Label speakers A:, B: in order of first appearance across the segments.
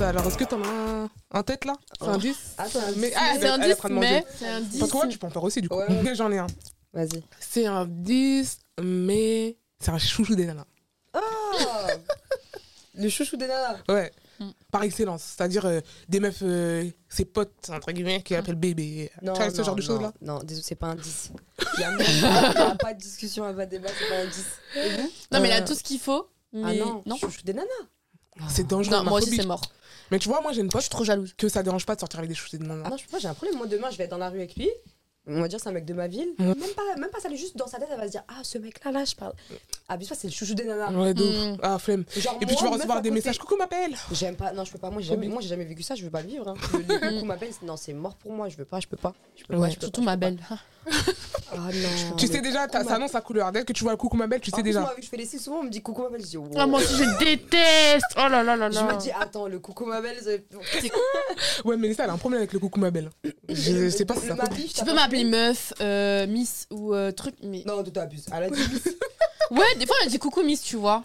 A: alors est-ce que t'en as un en tête là C'est un 10
B: Attends,
A: Mais ah, elle,
C: C'est
A: elle
C: un
A: est en
C: 10,
A: train de manger.
C: mais. C'est un 10.
A: Parce que ouais, tu peux en faire aussi du coup.
B: Ouais, ouais.
A: J'en ai un.
B: vas-y.
A: C'est un 10, mais c'est un chouchou des nanas. Oh.
B: Ah Le chouchou des nanas.
A: Ouais.
C: Mm.
A: Par excellence. C'est-à-dire euh, des meufs, euh, ses potes, entre guillemets,
C: Mm.
A: qui appellent bébé.
B: Non,
A: tu vois, ce
B: non,
A: genre de
B: non,
A: choses là
B: Non, désolé, c'est pas un 10. Il n'y a, même pas- y a pas de discussion, il n'y a pas de débat, c'est pas un 10.
C: Non, mais elle a
A: Euh,
C: tout ce qu'il faut.
B: Ah
C: Mais...
B: non, chouchou des nanas.
A: C'est dangereux.
C: Non, moi aussi,
A: homophobique.
C: c'est mort.
A: Mais tu vois, moi j'ai une
C: Je suis
A: pote
C: trop jalouse.
A: que ça dérange pas de sortir avec des chouchous des nanas.
B: Ah non, je sais pas, j'ai un problème. Moi, demain, je vais être dans la rue avec lui. On va dire, c'est un mec de ma ville.
A: Ouais.
B: Même pas, même pas ça, elle est juste dans sa tête, elle va se dire Ah, ce mec-là, là, je parle. Abuse pas, c'est le chouchou des nanas.
A: Ouais, de ouf.
C: Mm.
A: Ah, flemme.
B: Genre,
A: Et puis tu vas
B: moi, meuf à
A: recevoir des
B: côté,
A: messages Coucou, m'appelle
B: J'aime pas, non, je peux pas. Moi, j'ai jamais, moi, j'ai jamais vécu ça, je veux pas le vivre. Hein. Le- le coucou m'appelle, c'est- non, c'est mort pour moi, je veux pas, je peux pas. Je peux pas,
C: Ouais,
B: je peux
C: surtout
B: pas,
C: ma
B: je peux
C: belle.
B: pas. Ah non.
A: Tu
B: mais-
A: sais déjà, t'as-
B: coucou,
A: ça annonce sa couleur. Dès que tu vois Ah, coucou, m'appelle, tu
B: En
A: sais
B: plus,
A: déjà.
B: Moi, vu que je fais les cils souvent, on me dit coucou m'appelle, je dis wow.
C: Ah, moi aussi, je déteste. Oh là là là
B: Je
C: là.
B: me dis, attends, le coucou m'appelle, c'est-
A: Ouais, mais ça, elle a un problème avec le coucou, m'appelle. Je sais pas si
B: Le
A: ça.
B: mari, je
C: Tu peux
B: t'appelle-
C: m'appeler meuf, euh, miss ou euh, truc, mais.
B: Non, tu t'abuses. Elle a dit oui.
C: Ouais, des fois elle dit coucou miss, tu vois.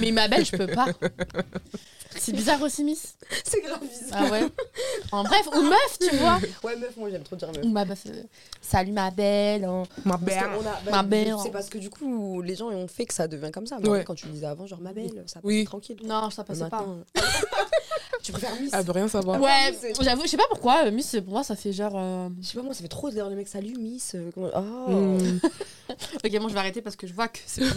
C: Mais ma belle, je peux pas. C'est bizarre aussi miss.
B: c'est grave bizarre.
C: Ah ouais. En bref, ou meuf, tu vois.
B: Ouais, meuf, moi, j'aime trop dire meuf.
C: Ou ma meuf. euh, Salut ma belle. hein.
A: Ma
B: Parce
A: belle.
B: qu'on a- bah,
C: Ma belle.
B: C'est parce que du coup, les gens ont fait que ça devient comme ça. Mais en
A: Ouais.
B: vrai, quand tu le disais avant, genre ma belle, ça
A: Oui.
B: passe tranquille.
C: Non, ça passait pas. hein.
B: Maintenant, tu préfères Miss
A: Elle veut rien savoir.
C: Ouais, j'avoue, je sais pas pourquoi, euh, miss, pour moi ça fait genre. euh,
B: Je sais pas, moi, ça fait trop d'ailleurs les mecs, salut Miss. euh, comment- Oh.
A: Mm.
C: Ok, bon, je vais arrêter parce que je vois que c'est. Ça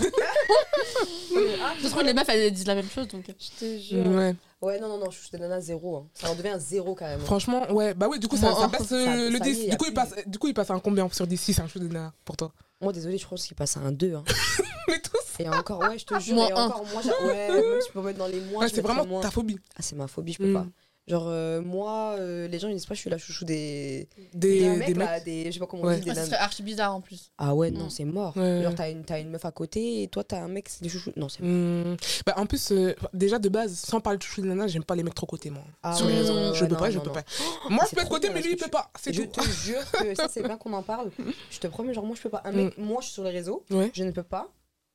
B: Ah,
C: se trouve, les meufs elles disent la même chose donc. euh.
B: Je te jure.
A: Ouais.
B: Ouais, non, non, non, je suis des nanas zéro. hein. Ça en devient un zéro carrément.
A: Franchement, ouais, bah oui, du coup, ça,
C: Moi,
A: ça passe euh,
B: ça- ça y
A: le
B: est,
A: 10.
B: y a
A: Du coup, il
B: plus.
A: passe, du coup, il passe un combien sur 10 Si c'est un chouchou des nanas pour toi.
B: Moi, désolé, je pense qu'il passe à un 2. Hein.
A: Mais tous
B: Et encore, ouais, je te jure.
C: Moins
B: et
C: un.
B: encore, moi, j'a- ouais, même si je peux me mettre dans les mois.
A: Ouais,
B: je
A: c'est
B: mettrais
A: vraiment
B: moins.
A: ta phobie.
B: Ah, c'est ma phobie, je peux
A: Mm.
B: pas. Genre, euh, moi, euh, les gens, ils disent pas, je suis la chouchou des,
A: Des,
B: des mecs,
A: des
B: là, des, je sais pas comment
A: Ouais.
B: on dit, des
C: Ah, ça
B: nanas.
C: serait archi bizarre en plus.
B: Ah ouais, non,
C: Mm.
B: c'est mort.
A: Ouais.
B: Genre, t'as une, t'as une meuf à côté et toi, t'as un mec, c'est des chouchous. Non, c'est
A: Hmm. Bah, en plus, euh, déjà de base, sans parler de chouchou des nanas, j'aime pas les mecs trop côté, moi.
B: ah,
A: Sur
C: ouais,
A: les réseaux,
C: ouais,
A: je
B: ouais,
A: peux
B: non,
A: pas, je
B: non,
A: peux
B: non.
A: pas. Moi,
B: Ah,
A: je
B: c'est
A: peux être
B: trop
A: côté,
B: bien,
A: mais lui, il
B: parce
A: peut
B: que
A: pas. C'est
B: Je
A: tout.
B: te jure que ça, c'est bien qu'on en parle. Je te promets, genre, moi, je peux pas. Un mec, moi, je suis sur les réseaux,
A: Mm. Ouais.
B: je ne peux pas.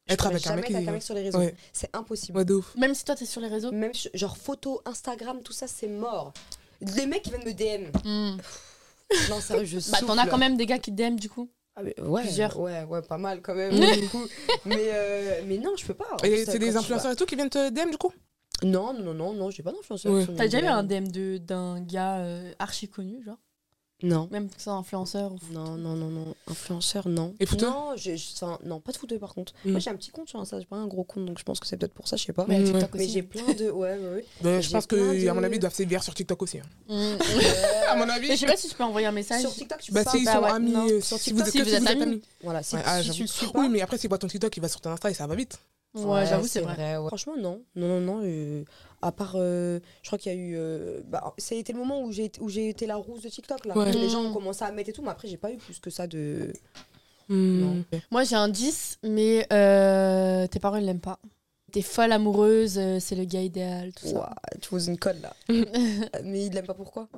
B: Je
A: Être
B: pourrais
A: avec un
B: jamais
A: mec,
B: être avec
A: il-
B: un mec sur les réseaux.
A: Ouais.
B: C'est impossible.
A: Ouais, de ouf.
C: Même si toi t'es sur les réseaux.
B: Même ch- genre photo, Instagram, tout ça, c'est mort. Les mecs qui viennent me DM.
C: Hmm.
B: Non, sérieux, je
C: Bah,
B: souffle.
C: t'en as quand même des gars qui te DM du coup.
B: Ah, mais ouais,
C: plusieurs.
B: Ouais, ouais, pas mal quand même. du coup. Mais, euh, mais non, je peux pas. En
A: Et
B: plus,
A: c'est
B: quand
A: des
B: tu
A: influenceurs et tout qui viennent te DM, du coup
B: vas- Non, non, non, non, non, j'ai pas d'influenceur.
A: Ouais.
B: sur
C: T'as
B: mes
C: déjà eu
B: DM.
C: un DM de- d'un gars euh, archi connu, genre
B: Non.
C: Même que c'est un influenceur ou
B: Non, non, non, non. Influenceur, non.
A: Et fouteux
B: Non, j'ai- j'ai- enfin, non, pas de fouteux par contre.
A: Mm.
B: Moi, j'ai un petit compte sur Insta, j'ai pas un gros compte, donc je pense que c'est peut-être pour ça, je sais pas.
C: Mais
A: Mm,
C: TikTok
B: Mais j'ai
C: aussi.
B: plein de. Ouais, ouais, ouais.
A: Bah, Je
B: J'ai
A: pense
B: plein
A: que,
B: de-
A: à mon avis, ils doivent sévir sur TikTok aussi. hein.
C: Mm.
A: À mon avis.
C: Mais je sais pas si je peux envoyer un message.
B: Euh, Sur TikTok, tu
A: Bah,
B: peux
A: s'ils
C: bah
A: sont
C: ouais,
A: amis,
C: non.
A: euh,
C: Sur
A: si vous
C: TikTok,
A: êtes
C: si
A: que
C: vous êtes amis.
B: Voilà, si,
A: Ouais, ah,
B: si tu
A: j'avoue.
B: le suis pas.
A: Oui, mais après, s'il voit ton TikTok, il va sur ton Insta et ça va vite.
C: Ouais, j'avoue, c'est vrai.
B: ouais. Franchement, non. Non, non, non. euh, à part. euh, je crois qu'il y a eu. euh, bah, ça a été le moment où j'ai où j'ai été la rousse de TikTok, là.
A: Ouais.
B: Que Les gens
C: Mm.
B: ont commencé à mettre et tout, mais après, j'ai pas eu plus que ça de.
A: Hmm.
C: Moi, j'ai un 10, mais euh, tes parents, ils l'aiment pas. T'es folle amoureuse, euh, c'est le gars idéal, tout ça.
B: Ouah, tu poses une colle, là. mais il l'aime pas pourquoi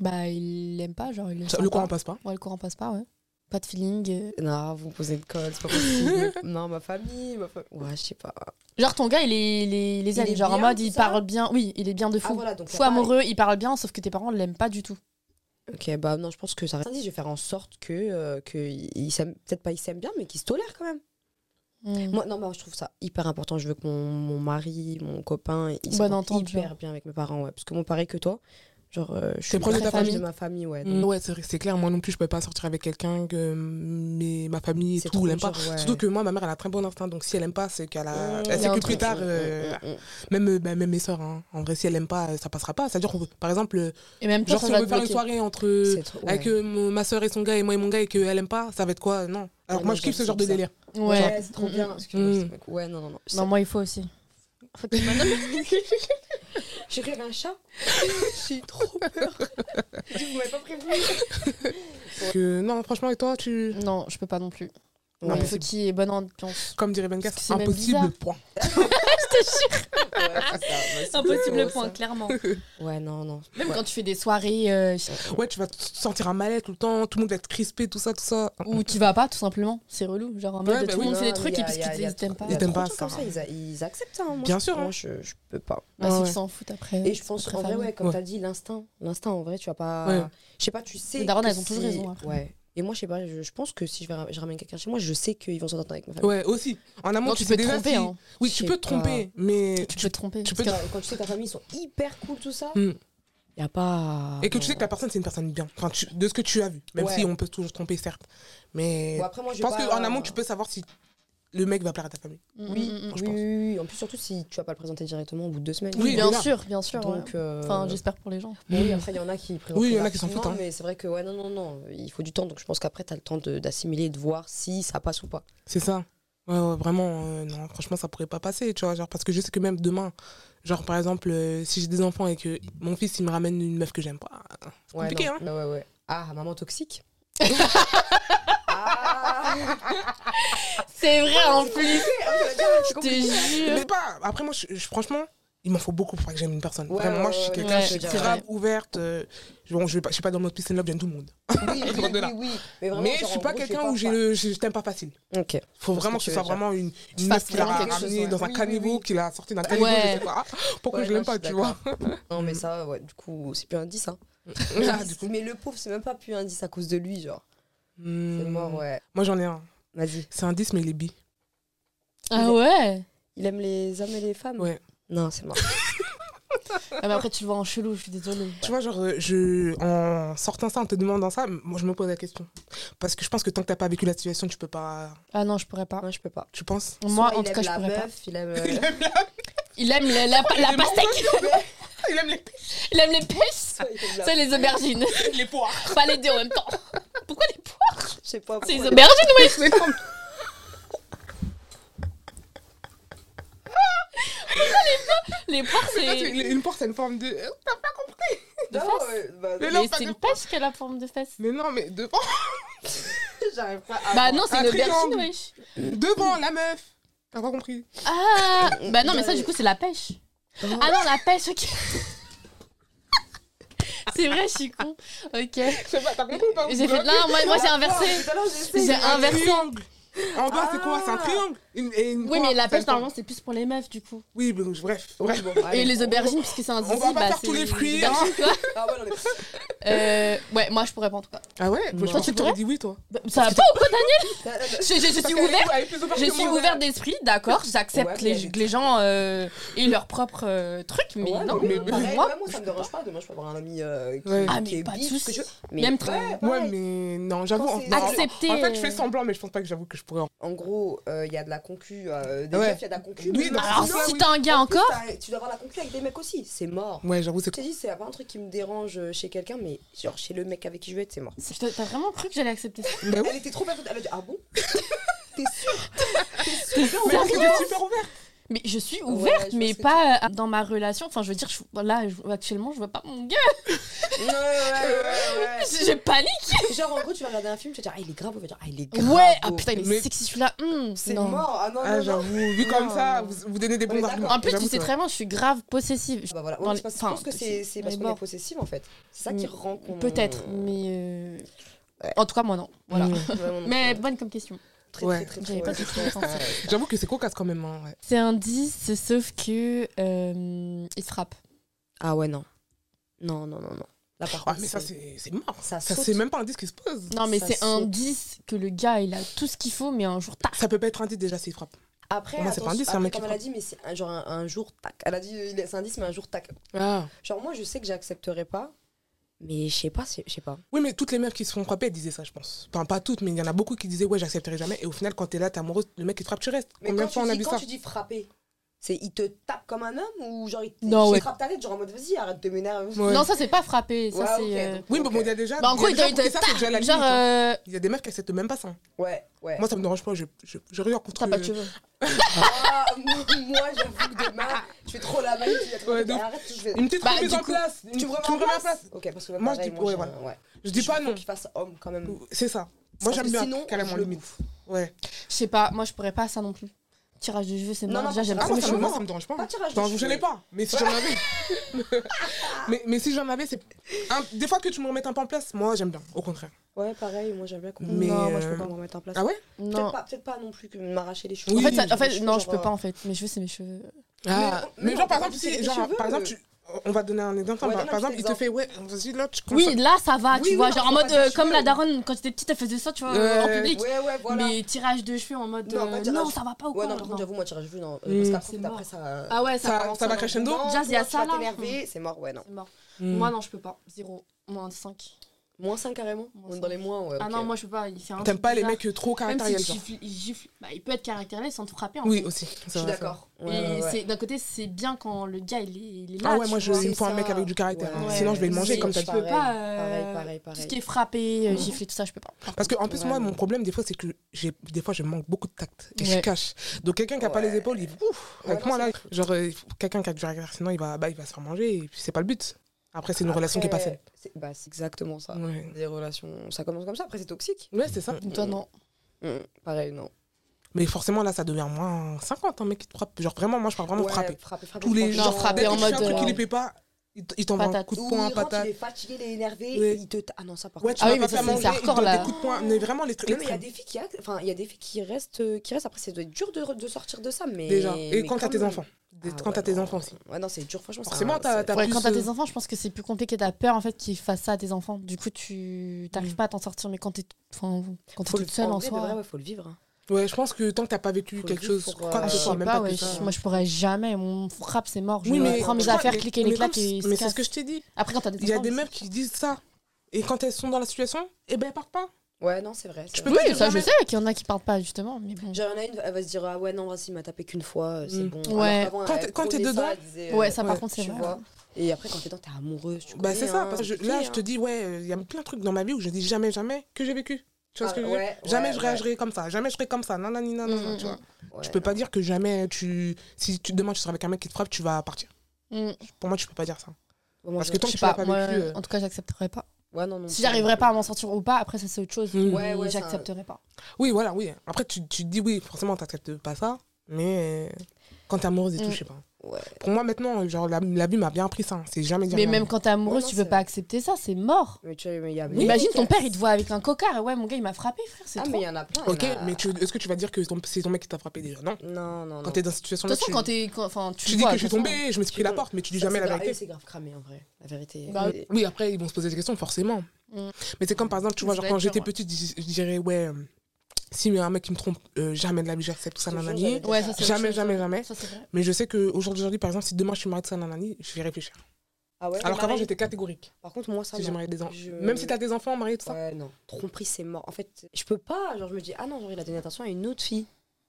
C: Bah, il l'aime pas, genre, il l'aime
A: Ça,
C: pas.
A: Le courant passe pas.
C: Ouais, le courant passe pas, ouais. Pas de feeling. euh.
B: Non, vous me posez une colle, c'est pas possible. non, ma famille, ma famille. Ouais, je sais pas.
C: Genre, ton gars, il est, il est- il les
B: Il
C: aime.
B: est
C: genre, en
B: bien,
C: mode,
B: tout
C: il
B: ça
C: parle bien. Oui, il est bien de fou.
B: Ah, voilà, donc.
C: fou
B: y a pas-
C: amoureux, il parle bien, sauf que tes parents l'aiment pas du tout.
B: Ok, bah non, je pense que ça reste. Je vais faire en sorte que. euh, que il- il s'aime- Peut-être pas il s'aime bien, mais qu'il se tolère quand même.
C: Hmm.
B: Moi, non, bah, je trouve ça hyper important. Je veux que mon, mon mari, mon copain, ils se
C: Bonne
B: portent
C: entente,
B: hyper
C: genre.
B: bien avec mes parents, ouais. Parce que moi, pareil que toi, genre, euh, je suis
A: proche de
B: très
A: ta
B: proche
C: famille.
B: de ma famille, Mm. ouais.
A: Hmm, Ouais, c'est vrai, c'est clair. Moi non plus, je peux pas sortir avec quelqu'un que euh, mes- ma famille et
B: C'est
A: tout
B: trop
A: l'aime pas.
B: dur, ouais.
A: Surtout que moi, ma mère, elle a un très bon instinct. Donc si elle aime pas, c'est qu'elle a.
B: Mmh.
A: Elle
C: Il
A: sait
C: y a
A: que
C: un
A: plus
C: truc,
A: tard,
B: Mmh,
A: euh,
B: mmh, mmh.
A: même, euh, bah, même mes sœurs, hein. en vrai, si elle aime pas, euh, ça passera pas. C'est-à-dire, qu'on peut- par exemple, euh,
C: Et même toi,
A: genre
C: ça
A: si
C: va
A: on
C: te
A: veut faire une
C: bloquer.
A: soirée entre.
B: C'est trop- ouais.
A: Avec euh, mon- ma soeur et son gars et moi et mon gars et qu'elle aime pas, ça va être quoi Non. Alors
B: Ouais,
A: que moi
B: non,
A: je kiffe ce
B: j'avoue,
A: euh, genre de
B: c'est ça.
A: délire.
B: Ouais,
C: Ouais.
B: c'est trop bien.
A: Mmh.
B: Excuse-moi, c'est- Mm, Ouais, non, non, non.
C: Non, moi, il faut aussi.
B: J'ai rire un chat. J'ai eu trop peur. J'ai dit, Vous m'avez pas prévenu.
A: Que, non, franchement, et toi, tu.
C: Non, je peux pas non plus.
A: Non,
C: il
A: mais
C: faut
A: c'est-
C: qu'il y ait bonne ambiance.
A: Comme dirait Benka,
C: Parce que
A: c'est
C: c'est même
A: impossible,
C: bizarre.
A: point.
C: je te jure.
B: c'est ça.
C: Impossible le
B: C'est
C: point,
B: ça.
C: clairement.
B: Ouais, non, non.
C: Même quand tu fais des soirées euh,
A: Ouais, tu vas te sentir un mal tout le temps, tout le monde va être crispé, tout ça, tout ça.
C: où tu vas pas, tout simplement, c'est relou. Genre en mode
A: Ouais, bah
C: tout
A: oui.
C: le monde
B: Non,
C: fait des
B: mais
C: trucs
B: y
C: et
B: a-
C: puis
B: y a-
C: qu'ils
B: y a
C: ils t'aiment pas.
B: trop- y a
A: Ils t'aiment
B: trop
A: pas,
B: de gens comme
A: ça.
B: ça, ils, a- ils acceptent ça. hein. Moi,
A: Bien
B: je-
A: sûr,
B: Moi,
A: hein.
B: je, je peux pas.
C: Bah,
A: Ouais,
C: s'ils
A: ouais.
C: s'en foutent après.
B: Et je pense, en vrai, ouais, comme
A: Ouais.
B: t'as dit, l'instinct. L'instinct, en vrai, tu vas pas.
A: Ouais.
B: Je sais pas, tu sais.
C: Les darons,
B: que
C: elles ont toujours
B: si-
C: raison, après.
B: Ouais. Et moi, je sais pas, je, je pense que si je, vais ra- je ramène quelqu'un chez moi, je sais qu'ils vont s'entendre avec ma famille.
A: Ouais, aussi. En amont,
C: Non,
A: tu,
C: tu
A: sais
C: peux te
A: déjà
C: tromper,
A: si-
C: hein.
A: Oui,
B: Je
A: tu
B: sais
A: peux te tromper, mais
C: Tu peux te tromper.
A: tu
C: parce
A: peux-
B: Parce que quand tu sais que ta famille, ils sont hyper cool, tout ça,
A: Hmm.
B: y a pas.
A: Et que tu sais que la personne, c'est une personne bien. Enfin, tu- de ce que tu as vu. Même
B: Ouais.
A: si on peut toujours se tromper, certes. Mais
B: Bon, après, moi,
A: je
B: j'ai
A: pense
B: pas- euh.
A: qu'en amont, tu peux savoir si le mec va plaire à ta famille.
C: que- Mm,
B: Oui,
C: mm, mm.
A: je
B: oui,
A: pense.
B: oui, oui. En plus, surtout si tu vas pas le présenter directement au bout de deux semaines.
A: Oui,
C: bien
A: déjà.
C: sûr, bien sûr. ouais.
B: Donc, euh,
C: Enfin, j'espère pour les gens.
B: bon, oui, après, il y en a qui présentent.
A: Oui, il y en a
B: leur
A: qui s'en foutent,
B: argument,
A: hein.
B: Mais c'est vrai que, ouais, non, non, non, il faut du temps. Donc, je pense qu'après, t'as le temps de- d'assimiler, et de voir si ça passe ou pas.
A: C'est ça. Ouais, ouais, vraiment, euh, non, franchement, ça pourrait pas passer, tu vois. Genre, parce que je sais que même demain, genre, par exemple, euh, si j'ai des enfants et que mon fils, il me ramène une meuf que j'aime pas.
B: Ouais,
A: compliqué,
B: non.
A: hein.
B: Ouais, ouais, ouais. Ah, maman toxique Ah
C: Ah, C'est vrai en plus,
B: Je
C: je te jure.
A: Mais pas. Après, moi, je, je- franchement, il m'en faut beaucoup pour que j'aime une personne.
B: Ouais,
A: Vraiment, moi,
B: ouais,
A: je suis
B: ouais,
A: quelqu'un,
C: ouais,
A: je suis
B: je veux dire,
A: grave ouverte. euh, bon, je vais pas, je suis pas dans le mode peace and love, j'aime tout le monde.
B: Oui, oui,
A: Loin de là.
B: oui, oui. Mais, vraiment,
A: mais je
B: genre,
A: suis
B: en
A: pas
B: gros,
A: quelqu'un où j'ai
B: pas-
A: le, je, je t'aime pas facile.
B: Ok.
A: Faut
B: Parce
A: vraiment que
B: que tu
A: ce soit
B: veux dire.
A: vraiment une, une
C: fasses
A: meuf qui l'a
C: vraiment quelque
A: ramené
B: chose, ouais.
A: dans un
B: Oui, oui,
A: caniveau,
B: oui.
A: qui l'a sorti d'un caniveau,
C: Ouais.
A: je sais pas. Ah, Pourquoi
B: Ouais,
A: je l'aime
B: non, je
A: pas, tu
B: suis
A: vois.
B: Non, mais ça, ouais, du coup, c'est plus un 10. Hein.
A: Ah, du coup.
B: Mais le pauvre, c'est même pas plus un 10 à cause de lui, genre. C'est mort, ouais.
A: Hmm. Moi, j'en ai un.
B: Vas-y.
A: C'est un 10, mais il est bi.
C: Ah ouais
B: Il aime les hommes et les femmes
A: Ouais.
B: Non, c'est mort.
C: Ah, mais après, tu le vois en chelou, je suis désolée.
A: Tu vois, genre, euh, je, en sortant ça, en te demandant ça, m- moi, je me pose la question. Parce que je pense que tant que t'as pas vécu la situation, tu peux pas.
C: Ah non, je pourrais pas.
B: Moi, je peux pas.
A: Tu penses
C: Moi,
B: Soit
C: en
B: il
C: tout cas,
B: aime
C: je
B: la
C: pourrais pas.
B: meuf, Il aime euh,
C: Il aime la, la, Ah, la
A: il
C: pastèque,
A: Ah, Il aime les,
C: il aime les pêches,
B: soit il aime la
C: c'est les aubergines.
A: les poires.
C: Pas les deux en même temps. Pourquoi les poires
B: Je sais pas.
C: C'est les
B: pourquoi.
C: aubergines, ouais Les poires,
A: Là, c'est-
C: c'est.
A: Une poire, c'est une forme de. euh,
C: de
B: Non,
C: face.
B: ouais, bah,
A: Mais
B: non,
A: non,
C: Mais
A: pas
C: c'est
A: de
C: une pêche qui a la forme de fesse.
A: Mais non, mais devant,
B: J'arrive pas à. Ah,
C: Bah non, c'est
A: Ah un
C: une aubergine,
A: triangle.
C: wesh.
A: devant la meuf. T'as pas compris
C: Ah Bah non, mais ça, du coup, c'est la pêche.
A: Oh.
C: Ah non, la pêche, ok. c'est vrai, je suis con. Ok.
A: Je sais pas, t'as compris ou pas
C: J'ai fait de là, moi, moi j'ai inversé.
B: Tout à l'heure, j'ai
C: J'ai
B: essayé.
A: Un
C: inversé.
A: triangle. En bas, c'est quoi C'est un
B: Ah.
A: triangle Une- et une
C: Oui,
A: poire,
C: mais la
A: c'est
C: pêche,
A: une poire.
C: normalement, c'est plus pour les meufs, du coup.
A: Oui, mais bref, bref.
B: Bon, allez.
C: Et les aubergines, puisque c'est un zizi,
A: On va pas
C: bah
A: faire
C: c'est
A: tous les
C: des
A: fruits.
C: aubergines.
A: hein.
B: Ah ouais, non, mais.
C: Euh, ouais, moi, je pourrais pas, en tout cas.
A: Ah ouais Moi,
B: Toi,
A: je pensais
C: tu
A: que t'aurais
C: pourrais
A: dit oui, toi.
C: Bah, Ça va pas ou quoi, Daniel je, je- je
A: Parce
C: suis
A: qu'elle est
C: ouverte.
A: elle est plus ouverte
C: Je
A: que
C: suis
A: moi.
C: ouverte d'esprit, d'accord, j'accepte
B: Ouais,
C: que les-
B: mais-
C: que les gens euh, aient leur propre euh, truc, mais
B: Ouais,
C: non,
B: mais,
A: mais-
C: pour
B: pareil,
C: moi,
B: ouais, moi, ça me dérange pas. Demain, je peux avoir un ami euh, qui,
A: Ouais.
C: Ah, mais
B: qui est
C: pas de
B: bi, tout ce que tu
C: soucis.
B: veux. Mais
C: Même
B: ouais,
C: train.
A: Ouais,
B: pareil.
A: mais non, j'avoue.
B: Quand
A: En
B: c'est-
A: en- en
C: accepter.
A: fait, je fais semblant, mais je pense pas que j'avoue que je pourrais. en-
B: En gros, il y a de la concu, euh, des
A: Ouais.
B: meufs, il y a de la concu.
A: Oui, dans
B: mais
A: ce
C: bah, Alors,
A: sens-là,
B: sinon,
C: si
A: oui.
C: t'es un gars
B: en plus,
C: encore,
B: t'as- Tu dois avoir la concu avec des mecs aussi. C'est mort.
A: Ouais, j'avoue, c'est
B: Je t'ai dit, c'est pas un truc qui me dérange euh, chez quelqu'un, mais genre chez le mec avec qui je vais être, c'est mort.
C: Je te- T'as vraiment cru que j'allais accepter ça
A: Bah oui.
B: Elle était trop perfecte. Elle a dit, ah bon T'es sûr T'es sûr
A: Mais
C: Sérieux
A: c'était super ouvert.
C: Mais je suis
B: Ouais,
C: ouverte,
B: je
C: mais
B: pense que
C: pas euh, dans ma relation. Enfin, je veux dire, je- là, je- actuellement, je vois pas mon gars.
B: Ouais, ouais, ouais,
C: Je, je panique.
B: ouais. Genre, en gros, tu vas regarder un film, tu vas dire, ah, il est grave, on va dire, ah, il est grave.
C: Ouais. Ah
B: beau.
C: putain, il est
A: Mais-
C: sexy celui-là. Hum,
B: C'est
C: non.
B: mort. Ah non,
A: Ah,
B: non, non.
A: j'avoue, vu comme
B: Non,
A: ça,
B: non.
A: vous, vous donnez des
B: On est
A: bons
B: d'accord.
A: arguments.
C: En plus, tu
A: J'avoue,
C: sais
A: c'est
C: très bien, je suis grave possessive.
B: Bah voilà,
C: Dans
B: ouais,
C: les-
B: c'est parce, je
C: enfin,
B: pense que
C: si-
B: c'est c'est parce
C: mais
B: qu'on
C: bon.
B: est possessif en fait. C'est ça qui
C: Mm.
B: rend qu'on.
C: Peut-être, mais. euh,
B: hmm. Ouais. Hmm.
C: En tout cas, moi, non. Voilà.
A: Mm.
B: Vraiment, non.
C: Mais bonne comme question.
B: très,
A: ouais.
B: très, très, très,
C: J'avais pas
B: ouais.
C: tout de suite pensé.
A: J'avoue que c'est cocasse quand même. hein, ouais.
C: C'est un 10, sauf que. euh, il se frappe.
B: Ah ouais, non. Non, non, non, non. Là par
A: Ah,
B: contre,
A: mais ça,
B: c'est-
A: c'est c'est mort.
B: Ça
A: Ça,
B: saute.
A: c'est même pas un disque qui se pose.
C: Non, mais
B: Ça
C: c'est un
B: saute.
C: 10 que le gars, il a tout ce qu'il faut, mais un jour, taf.
A: Ça peut pas être un disque déjà s'il frappe.
B: Après,
A: Pour moi, c'est pas un
B: attention-
A: dix, c'est un
B: après,
A: mec qui
B: comme elle a dit, mais c'est un, genre un, un jour tac. Elle a dit euh, il est- c'est un 10, mais un jour tac.
A: Ah.
B: Genre, moi je sais que j'accepterai pas, mais je sais pas, c'est- je sais pas.
A: Oui, mais toutes les meufs qui se font frapper, elles disaient ça, je pense. Enfin, pas toutes, mais il y en a beaucoup qui disaient, ouais, j'accepterai jamais. Et au final, quand t'es là, t'es amoureuse, le mec, il te frappe, tu restes.
B: Mais
A: Combien
B: quand,
A: de fois
B: tu
A: on a
B: dis,
A: vu
B: quand
A: ça
B: tu dis frapper, c'est il te tape comme un homme ou genre il te
C: Non,
B: il
C: ouais.
B: frappe ta tête, genre en mode vas-y, arrête de m'énerver.
A: Ouais.
C: Non, ça, c'est pas frapper. Ça,
B: Ouais,
C: c'est.
B: ok,
C: euh,
B: donc-
A: Oui, mais bon,
B: Ok.
A: il y a déjà.
C: Bah,
A: il
C: en
A: y a
C: gros, il
A: des gens
C: doit
A: pour qui
C: être.
A: ça, c'est déjà la
C: Genre,
A: limite, hein.
C: euh,
A: Il y a des meufs qui acceptent même pas ça.
B: Ouais, ouais.
A: Moi, ça me dérange pas, je, je, je rien contre
C: t'as pas de cheveux.
B: Ah, moi, moi, j'avoue que demain, je fais trop la magie. il y a trop
A: Ouais,
B: de-
A: donc-
B: Arrête, je vais.
A: Une petite
C: Bah,
A: remise
C: du
A: en
C: coup,
A: place. Une-
B: Tu me remets
A: tu
B: en place,
A: place.
B: Ok, parce que
A: Moi, je
B: pareil,
A: dis-
B: moi,
A: ouais,
B: j'ai-
A: voilà.
B: ouais.
A: Je dis pas
B: Faut
A: non.
B: qu'il fasse homme quand même.
A: C'est ça. Moi,
B: Parce
A: j'aime
B: que
A: bien,
B: sinon,
A: carrément,
B: je le
A: limite. Ouais.
C: Je sais pas, moi, je pourrais pas ça non plus. Tirage de cheveux, c'est
B: Non,
C: mort.
B: non,
C: Déjà,
B: parce
C: j'aime
B: que-
A: Ah,
C: pas
A: moi,
C: mes
A: ça,
C: cheveux.
A: me- moi, ça me dérange pas.
B: Pas tirage de
A: Enfin, vous
B: cheveux.
A: gênez pas. Mais si j'en avais. mais, mais si j'en avais, c'est. un- Des fois que tu me remettes un peu en place, moi j'aime bien, au contraire.
B: Ouais, pareil, moi j'aime bien qu'on.
A: Mais,
B: Non, moi je
A: euh,
B: peux pas m'en mettre en place.
A: Ah ouais
C: Non.
B: Peut-être pas, peut-être pas non plus que m'arracher les cheveux.
C: En
A: Oui,
C: fait, ça- en
B: Genre,
C: fait,
B: les
C: non,
B: cheveux,
C: je peux
B: genre,
C: pas en fait. Mes cheveux, c'est mes cheveux.
A: Ah,
B: mais
A: mais,
B: non,
A: genre, par
B: mais
A: exemple,
B: c'est
A: si,
B: les
A: genre,
B: cheveux.
A: par exemple, tu- on va te donner un exemple.
B: Ouais,
A: par
B: donne
A: par
B: un petit
A: exemple, il te
B: exemple.
A: fait, ouais, vas-y, là, tu commences
C: Oui, là, ça va,
B: Oui,
C: tu vois.
B: oui,
C: Genre
B: non,
C: en mode,
B: c'est pas
C: euh,
B: des
C: comme
B: cheveux.
C: la daronne, quand j'étais petite, elle faisait ça, tu vois,
A: Euh,
C: en public.
B: Ouais, ouais, voilà.
C: Mais tirage de cheveux en mode,
B: Non,
C: euh,
B: pas
C: non,
B: tirage.
C: ça va pas ou
B: Ouais,
C: quoi
B: non, par
C: non.
B: contre, j'avoue, moi, tirage vu, non.
A: Mm.
B: euh, Parce
C: C'est
B: qu'après, après, ça.
C: Ah ouais,
A: Ça-
C: ça, commence,
A: ça va
C: non.
B: Non,
A: crescendo.
B: toi,
C: Jazz, il y a ça,
B: Tu vas
C: là.
B: t'énerver, c'est mort, ouais, non.
C: C'est mort.
A: à- Hmm.
C: Moi, non, je peux pas. Zéro. Moins 5.
B: Moins 5 carrément On
C: Moins
B: est
C: cinq.
B: dans les moins, ouais.
C: Ah
B: ok.
C: non, moi, je peux pas. Il fait un
A: T'aimes
C: truc
A: pas les
C: bizarre.
A: mecs trop
C: Même
A: caractériels,
C: s'il
A: genre.
C: gifle, il gifle. Bah, il peut être caractériel sans te frapper. En
A: Oui,
C: fait.
A: aussi. ça
B: Je suis
A: va, ça va.
B: d'accord.
C: Et
B: Ouais, ouais, ouais.
C: c'est- d'un côté, c'est bien quand le gars, il est, il est là.
A: Ah ouais,
C: tu
A: moi, je,
C: vois.
A: il me faut un
B: ça.
A: mec avec du caractère. hein.
C: Ouais.
A: Sinon, je vais le manger
C: C'est-
A: comme t'as
C: tu
A: dit.
C: peux pas, euh,
B: Pareil, pareil,
C: Tout ce
B: pareil.
C: qui est frappé, euh,
A: Mhm.
C: gifler, tout ça, je peux pas.
A: Parce que, en plus,
B: Ouais,
A: moi,
B: non.
A: mon problème, des fois, c'est que j'ai des fois, je manque beaucoup de tact et je
C: Ouais.
A: cache. Donc, quelqu'un qui a pas les
B: Ouais.
A: épaules, il ouf,
B: Ouais,
A: avec moi,
B: non,
A: là, genre, euh, quelqu'un qui a du caractère, sinon, il va, bah, il va se faire manger et puis c'est pas le but. Après, c'est une relation qui est pas saine.
B: Après, c'est- Bah, c'est exactement ça.
A: Ouais,
B: Des relations, ça commence comme ça, après c'est toxique.
A: Ouais, c'est ça.
C: Et Toi, non.
B: Mm, Pareil, non.
A: Mais forcément, là, ça devient moins 50, un mec qui te frappe. Genre, vraiment, moi, je parle vraiment
B: Ouais,
A: frapper.
B: frapper, frapper,
A: Tous les
B: franchement,
A: jours.
C: genre frapper
A: Dès
C: en
A: que tu fais un
C: mode,
A: truc qui
C: euh,
A: les plaît pas, il t- il t'envoie un
C: patate.
A: coup de
B: Ou
A: poing,
B: il rentre,
A: patate.
B: il est fatigué, il est énervé,
A: Ouais.
B: il te. ta- Ah non, ça par
A: Ouais,
B: contre.
A: tu
C: Ah
A: vas
C: oui,
A: pas
C: mais ça,
A: faire
C: c'est- c'est
A: manger, il
C: hardcore,
A: donne
C: là.
A: des coups de poing. Mais vraiment, les trucs.
B: Non, mais il y a
A: extrêmes.
B: des filles qui, ac- enfin, il y a des filles qui restent, euh, qui restent. Après, ça doit être dur de, de sortir de ça, mais.
A: Déjà. Et
B: mais
A: quand t'as tes
B: même.
A: enfants. Des-
B: Ah
A: Quand
B: ouais,
A: t'as tes
B: non.
A: enfants aussi.
B: Ouais, non, c'est dur, franchement. c'est
A: Forcément,
B: un-
A: t'as-
B: c'est-
A: t'as-
C: Ouais,
A: plus,
C: quand t'as
A: euh,
C: des enfants, je pense que c'est plus compliqué. T'as peur en fait qu'ils fassent ça à tes enfants. Du coup, tu t'arrives
A: Mm.
C: pas à t'en sortir. Mais quand t'es enfin, quand t'es
B: Faut le-
C: toute seule en
B: vrai, de vrai,
C: soi,
B: ouais, faut le vivre. hein.
A: Ouais, je pense que tant que t'as pas vécu
B: Faut
A: quelque
B: vivre
A: chose,
B: pour,
A: quoi
B: euh,
A: que
C: je
A: ce soit,
C: sais
A: même
C: pas.
A: pas
C: ouais,
A: que
C: je-
A: ça.
C: Moi, je pourrais jamais. Mon frappe, c'est mort. Je
A: Oui, mais
C: prends mes
A: tu vois,
C: affaires,
A: mais-
C: cliquer
A: mais
C: les
A: comme-
C: claques et.
A: Mais
C: se
A: c'est ce que
C: casse.
A: je t'ai dit.
C: Après, quand t'as des enfants.
A: Il y a des
C: aussi.
A: meufs qui disent ça. Et quand elles sont dans la situation, eh ben, elles partent pas.
B: Ouais, non, c'est vrai. c'est
A: Je peux
B: vrai.
C: Oui,
A: pas dire
C: ça je
A: jamais.
C: sais qu'il y en a qui parlent pas justement. Mais bon.
B: Genre, il y en a une, elle va se dire Ah ouais, non, vas-y, il m'a tapé qu'une fois, euh, c'est
A: Mm.
B: bon.
C: Ouais.
B: qu'avant,
A: Quand
B: elle
A: t'es- quand t'es
B: prenait ça,
A: dedans-
B: elle disait, euh,
C: Ouais, ça par
A: ouais,
C: contre, c'est
B: Tu
C: vrai.
B: vois. Et après, quand t'es dedans, t'es amoureuse. tu
A: Bah, c'est
B: connais,
A: ça.
B: hein,
A: Parce que je-
B: c'est
A: là,
B: compliqué,
A: je te
B: hein.
A: dis, ouais, euh, il y a plein de trucs dans ma vie où je dis jamais, jamais que j'ai vécu. Tu vois ce
B: Ah,
A: que je veux dire
B: ouais,
A: Jamais
B: ouais,
A: je
B: ouais.
A: réagirai comme ça, jamais je serai comme ça, nanani, nanana,
C: Mm,
A: tu vois.
B: Ouais,
A: Tu peux pas dire que jamais tu. Si tu, demain tu seras avec un mec qui te frappe, tu vas partir.
C: Mm.
A: Pour moi, tu peux pas dire ça.
B: non. Ouais,
A: Parce
B: moi,
A: que tant
B: je-
C: Je
A: que
C: sais
A: tu l'as pas
C: pas. moi,
A: vécu. euh,
C: En tout cas, j'accepterais pas.
B: Ouais, non, non.
C: Si
B: plus.
C: j'arriverais pas à m'en sortir ou pas, après ça c'est autre chose.
A: Mm.
C: mais
B: Ouais, ouais, ça-
C: j'accepterais pas.
A: Oui, voilà, oui. Après, tu, tu te dis, oui, forcément, t'acceptes pas ça. Mais euh, quand t'es amoureuse et tout,
C: Mm.
A: je sais pas.
B: Ouais.
A: Pour moi, maintenant, genre, la, la vie m'a bien appris ça. hein. C'est jamais dire
C: Mais
A: non.
C: même quand t'es amoureuse,
B: non,
C: tu peux
B: c'est-
C: pas accepter ça. C'est mort.
B: Mais tu vois, mais il y a.
C: Imagine ton
B: mais-
C: père, il te voit avec un cocard. Et ouais, mon gars, il m'a frappé, frère. C'est
B: Ah,
C: trop
B: mais il y en a plein. il y en
A: Ok,
B: a-
A: mais tu- est-ce que tu vas dire que ton- c'est ton mec qui t'a frappé déjà Non.
B: Non, non, non.
A: Quand t'es dans cette situation-là,
C: De toute
A: tu,
C: façon, quand t'es. quand- Enfin, tu,
A: tu dis
C: vois,
A: que je suis
C: de toute
A: tombée, je me suis pris la
B: tombes.
A: porte, mais tu dis
B: Ça,
A: jamais
B: c'est
A: la
B: grave-
A: vérité.
B: C'est grave cramé en vrai, la vérité.
C: Bah,
B: Et-
A: Oui, après, ils vont se poser des questions, forcément.
C: Mm.
A: Mais c'est comme par exemple, tu vois,
C: Ça
A: genre
C: doit
A: quand
C: être dur, hein.
A: j'étais
C: ouais.
A: petite, je je dirais, ouais, euh, si il y a un mec qui me trompe, euh, jamais de la vie, j'accepte ça,
B: Toujours,
A: nanani.
B: j'avais-
C: façon. Ouais, ça c'est. autre
A: Jamais,
C: chose.
A: jamais, jamais.
C: Ça c'est vrai.
A: Mais je sais qu'aujourd'hui, aujourd'hui, par exemple, si demain je suis mariée de ça, nanani, je vais réfléchir.
B: Ah
A: Alors
B: ouais,
C: Bah,
B: mais
A: qu'avant,
B: pareil.
A: j'étais catégorique.
B: Par contre, moi, ça.
A: Si j'ai
B: non.
A: marié des enfants.
B: Je-
A: Même si t'as des enfants, marié, tout ça.
B: Ouais, non. Tromperie, c'est mort. En fait, je peux pas. Genre, je me dis, ah non, genre, il a donné attention à une autre fille.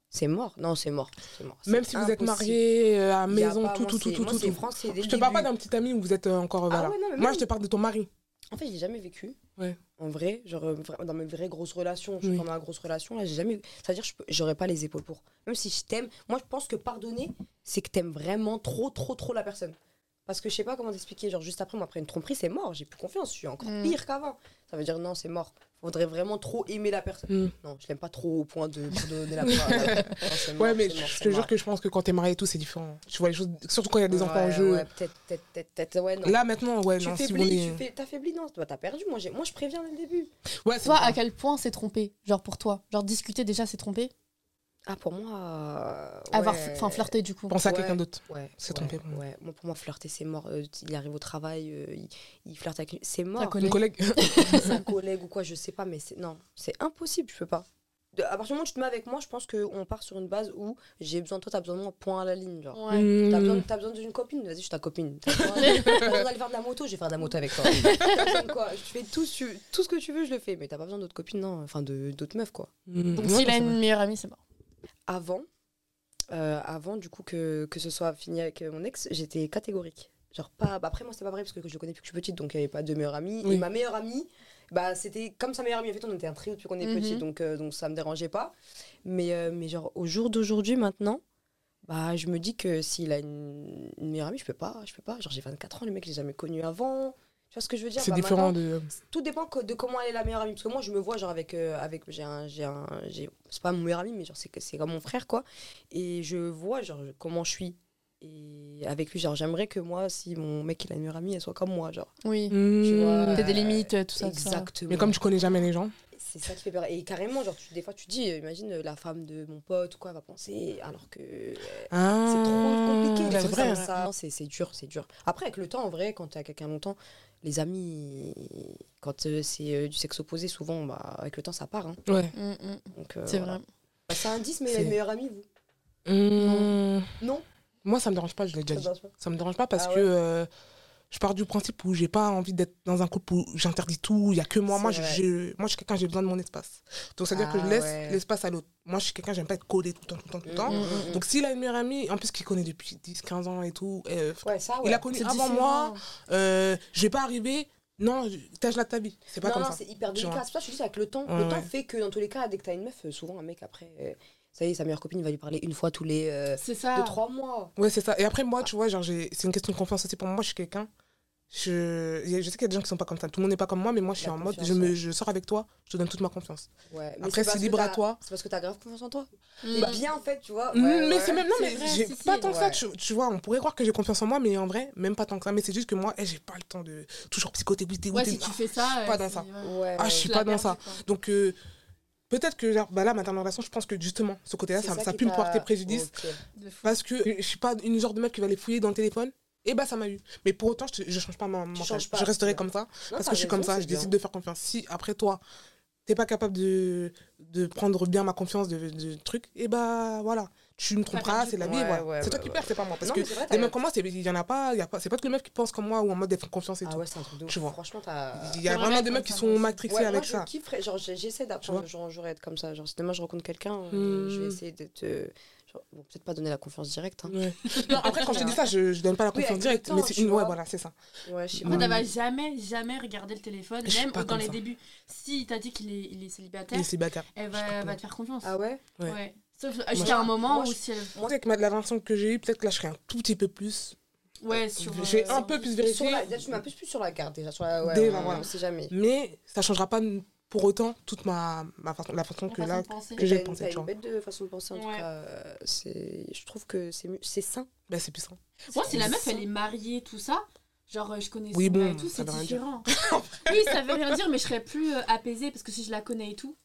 B: C'est mort. Non, c'est mort. C'est mort.
A: Même
B: C'est
A: si vous êtes
B: impossible.
A: marié, euh, à
B: Il y a
A: maison,
B: pas-
A: tout,
B: moi,
A: tout, tout,
B: c'est-
A: tout,
B: moi,
A: tout.
B: c'est
A: tout.
B: France, c'est dès
A: Je
B: le
A: te parle pas
B: début.
A: d'un petit ami où vous êtes euh, encore. euh,
B: Ah
A: voilà.
B: ouais, non, mais
A: Moi,
B: même-
A: je te parle de ton mari.
B: En fait, j'ai jamais vécu.
A: Ouais.
B: En vrai, genre, euh, vra- dans mes vraies grosses relations, je
A: Oui.
B: suis dans ma grosse relation, là, j'ai jamais. C'est-à-dire, je peux- j'aurais pas les épaules pour. Même si je t'aime, moi, je pense que pardonner, c'est que t'aimes vraiment trop, trop, trop la personne. Parce que je sais pas comment t'expliquer. Genre, juste après, moi, après une tromperie, c'est mort. J'ai plus confiance. Je suis encore
C: Mm.
B: pire qu'avant. Ça veut dire, non, c'est mort. Faudrait vraiment trop aimer la personne.
A: Mm.
B: Non, je l'aime pas trop au point de pardonner la personne. Non, c'est mort,
A: Ouais, mais
B: c'est
A: je
B: mort,
A: je
B: c'est
A: te
B: mort.
A: jure que je pense que quand t'es marié et tout, c'est différent. Tu vois les choses, surtout quand il y a des enfants en
B: Ouais,
A: jeu.
B: Ouais, peut-être, peut-être, peut-être, peut-être. Ouais, non.
A: Là maintenant, ouais,
B: tu
A: non, si euh, vous
B: faiblis,
A: voulez.
B: tu fais- t'affaiblis, non. Toi, t'as perdu. Moi, j'ai- moi, je préviens dès le début.
A: Ouais, c'est
C: Toi, à
A: vrai.
C: quel point c'est trompé Genre pour toi Genre discuter déjà, c'est trompé
B: Ah, pour moi. euh,
C: Avoir.
B: ouais.
C: Enfin, flirter du coup.
A: Pense à
B: Ouais.
A: quelqu'un d'autre.
B: Ouais,
A: C'est
B: ouais,
A: trompé pour moi.
B: Ouais, moi pour moi flirter c'est mort. Euh, il arrive au travail, euh, il, il flirte avec, c'est
C: Ta
B: mort.
A: Une
C: collègue.
A: collègue.
B: Un collègue ou quoi, je sais pas, mais c'est non, c'est impossible, je peux pas. De- à partir du moment où tu te mets avec moi, je pense qu'on part sur une base où j'ai besoin de toi, t'as besoin de moi, point à la ligne. Genre.
C: Ouais.
B: T'as besoin,
A: Hmm.
B: t'as besoin d'une copine, vas-y, je suis ta copine. T'as besoin t'as besoin d'aller faire de la moto, je vais faire de la moto avec toi. T'as besoin de quoi Je fais tout, ce- tout ce que tu veux, je le fais, mais t'as pas besoin d'autres copines, non, enfin de- d'autres meufs, quoi.
A: Hmm.
C: Donc
A: Ouais,
C: s'il
A: non,
C: a
A: c'est
C: une
A: vrai.
C: meilleure amie, c'est mort.
B: avant, euh, avant du coup que, que ce soit fini avec euh, mon ex, j'étais catégorique. Genre pas, bah après moi c'était pas vrai parce que je le connais depuis que je suis petite donc il n'y avait pas de meilleure amie.
A: Oui.
B: Et ma meilleure amie, bah c'était comme sa meilleure amie. En fait on était un trio depuis qu'on est
C: Mhm.
B: petit donc, euh, donc ça me dérangeait pas. Mais, euh, mais genre au jour d'aujourd'hui maintenant, bah je me dis que s'il a une, une meilleure amie je peux pas, je peux pas. Genre j'ai 24 ans, le mec je l'ai jamais connu avant. Tu vois ce que je veux dire
A: C'est
B: Bah,
A: différent
B: maintenant,
A: de.
B: Tout dépend co- de comment elle est la meilleure amie. Parce que moi, je me vois, genre, avec. euh, avec j'ai un. j'ai un- j'ai- C'est pas mon meilleur ami, mais genre, c'est que- c'est comme mon frère, quoi. Et je vois, genre, comment je suis. Et avec lui, genre, j'aimerais que moi, si mon mec, il a une meilleure amie, elle soit comme moi, genre.
C: Oui.
A: Mmh.
B: vois,
C: T'as des limites, euh, tout ça. tout ça.
B: Exactement.
A: Mais comme tu connais jamais les gens,
B: C'est ça qui fait peur. Et carrément, genre, tu- des fois, tu te dis, euh, imagine euh, la femme de mon pote ou quoi elle va penser, alors que euh, c'est trop compliqué.
A: Mmh, C'est
B: de
A: vrai.
B: faire ça. Non, C'est c'est dur, c'est dur. Après, avec le temps, en vrai, quand t'as quelqu'un longtemps, les amis, quand euh, c'est euh, du sexe opposé, souvent, bah, avec le temps, ça part. hein.
A: Ouais.
C: Mm, mm,
B: Donc, euh,
C: C'est
B: voilà.
C: vrai.
B: Bah, c'est un 10, mais
A: C'est-
B: les meilleurs amis, vous.
A: Mmh.
B: Non,
A: Moi, ça me dérange pas, je l'ai déjà
B: ça
A: dit.
B: marche pas.
A: Ça me dérange pas parce
B: Ah ouais.
A: que euh, je pars du principe où j'ai pas envie d'être dans un couple où j'interdis tout, il y a que moi. Moi, je,
B: C'est vrai.
A: je- moi, je suis quelqu'un, j'ai besoin de mon espace. Donc, c'est-à-dire que je
B: Ah
A: laisse
B: ouais.
A: l'espace à l'autre. Moi, je suis quelqu'un, j'aime pas être collé tout le temps, tout le temps, tout le temps.
B: Mm, mm, mm.
A: Donc, s'il a une meilleure amie, en plus, qu'il connaît depuis 10, 15 ans et tout, euh,
B: mmh. ouais, ça, ouais.
A: il a connu
C: C'est
A: avant
C: différent.
A: moi, euh, je vais pas arriver, non, tâche la ta vie. C'est pas
B: non,
A: comme
B: non,
A: ça.
B: c'est hyper
A: tu vois.
B: délicat. C'est pour ça que je dis, avec le temps,
A: Ouais,
B: le temps
A: ouais.
B: fait que, dans tous les cas, dès que t'as une meuf, euh, souvent, un mec, après, euh, ça y est, sa meilleure copine, il va lui parler une fois tous les euh,
C: C'est ça.
B: deux, trois mois.
A: Ouais, c'est ça. Et après, moi, tu vois, genre, j'ai- c'est une question de confiance aussi. Pour moi, moi, je suis quelqu'un. Je, je sais qu'il y a des gens qui sont pas comme ça. Tout le monde n'est pas comme moi, mais moi, je suis
B: La
A: en mode,
B: confiance,
A: je, me,
B: ouais.
A: je sors avec toi, je te donne toute ma confiance.
B: Ouais, mais
A: Après, c'est
B: parce que
A: libre à
B: t'as-
A: toi. Mmh. Bah,
B: C'est parce que t'as grave confiance en toi.
C: Mm.
B: Et bien, en fait, tu vois. ouais,
A: mais
B: ouais.
A: c'est même non
C: C'est
A: mais
C: vrai,
A: j'ai
C: si, si.
A: pas tant que ça
B: Ouais.
A: tu, tu vois on pourrait croire que j'ai confiance en moi mais en vrai même pas tant que ça mais c'est juste que moi eh, j'ai pas le temps de toujours psychoter oui, t'es-
C: Ouais,
A: t'es-
C: si tu fais
A: je
C: ça.
A: suis
C: euh,
A: pas dans
C: c'est-
A: ça
C: ouais.
B: Ouais,
A: Ah,
B: ouais,
A: je suis
C: Tu
A: pas
B: ouais.
C: la
A: dans ça.
C: perds, quoi.
A: donc euh, peut-être que genre, bah là ma dernière relation je pense que justement ce côté là
B: C'est
A: ça, ça a
B: qui
A: pu me
B: t'a-
A: porter préjudice
B: Ok.
C: De fou.
A: parce que je suis pas une genre de meuf qui va aller fouiller dans le téléphone et bah ça m'a eu mais pour autant je, je change pas ma mental.
B: changes pas,
A: je
B: c'est
A: resterai
B: bien.
A: comme ça
B: Non,
A: parce
B: t'as
A: que je suis comme
B: raison,
A: ça,
B: c'est
A: je
B: bien.
A: décide de faire confiance. Si après toi, t'es pas capable de, de prendre bien ma confiance de, de truc, et bah voilà, tu me tromperas,
C: perdu,
A: c'est la vie,
B: quoi.
A: voilà.
B: Ouais, ouais,
A: c'est toi
B: ouais,
A: qui
B: ouais.
A: perds, c'est pas moi. Parce
B: Non,
A: que
B: mais c'est vrai,
A: des
B: t'as-
A: mecs comme moi, c'est- il y en a pas, il y a pas c'est pas que les meufs qui pensent comme moi ou en mode elles font confiance et
B: Ah
A: tout.
B: ouais, c'est un truc de ouf.
A: Tu vois.
B: Franchement, t'as.
A: Il y a
C: Faut
A: vraiment
C: remettre
A: des mecs qui
C: comme ça,
A: sont
C: moi.
A: matrixés
B: Ouais,
A: avec
B: moi,
A: ça.
B: Je kifferais, genre, j'ai- j'essaie
A: Tu
B: d'apprendre,
A: vois.
B: genre, j'aurais être comme ça. Genre, si demain je rencontre quelqu'un, euh,
A: Hmm.
B: je vais essayer d'être. euh, genre, bon, peut-être pas donner la confiance directe. hein.
A: Ouais. Non, après, quand je te dis ça, je, je donne pas la
B: Oui,
A: confiance
B: avec le
A: directe,
B: temps,
A: mais c'est
B: tu
A: une. Ouais,
B: vois.
A: voilà, c'est ça.
B: Ouais, je sais
C: En
B: pas.
C: fait,
A: Mm.
C: elle va jamais, jamais regarder le téléphone,
A: Je suis
C: même
A: pas
C: dans
A: comme
C: les
A: ça.
C: débuts. Si t'as dit qu'il est, il est célibataire,
A: Les célibataires.
C: elle
A: je suis
C: va,
A: pas
C: va te faire confiance.
B: Ah ouais
A: ouais.
C: ouais. Sauf euh,
A: Moi,
C: jusqu'à un moment
B: moi,
C: où
B: je-
C: si elle...
A: Moi, avec ma- la relation que j'ai eue, peut-être que là, je serais un tout petit peu plus.
C: Ouais, sur...
A: J'ai
C: euh,
A: un peu plus
B: Et sur
A: vérifié.
B: la- Déjà, tu m'as plus plus sur la garde déjà. Sur la... Ouais,
A: Dès,
B: on,
A: ben, voilà.
B: on sait jamais.
A: Mais ça changera pas pour autant toute ma, ma façon, la façon
C: la
A: que
C: façon
A: là.
C: de penser.
A: que j'ai
B: T'as une-
A: pensé,
B: t'as
A: tu vois.
B: une bête de façon de penser, en tout
C: Ouais.
B: cas. euh, c'est- Je trouve que c'est mieux- c'est sain.
A: Bah, c'est puissant.
C: Moi, si la meuf, elle est mariée, tout ça, genre euh, je connais
A: Oui,
C: son
A: bon,
C: gars et tout,
A: ça
C: c'est
A: veut rien dire.
C: différent. oui, ça veut rien dire, mais je serais plus euh, apaisée parce que si je la connais et tout.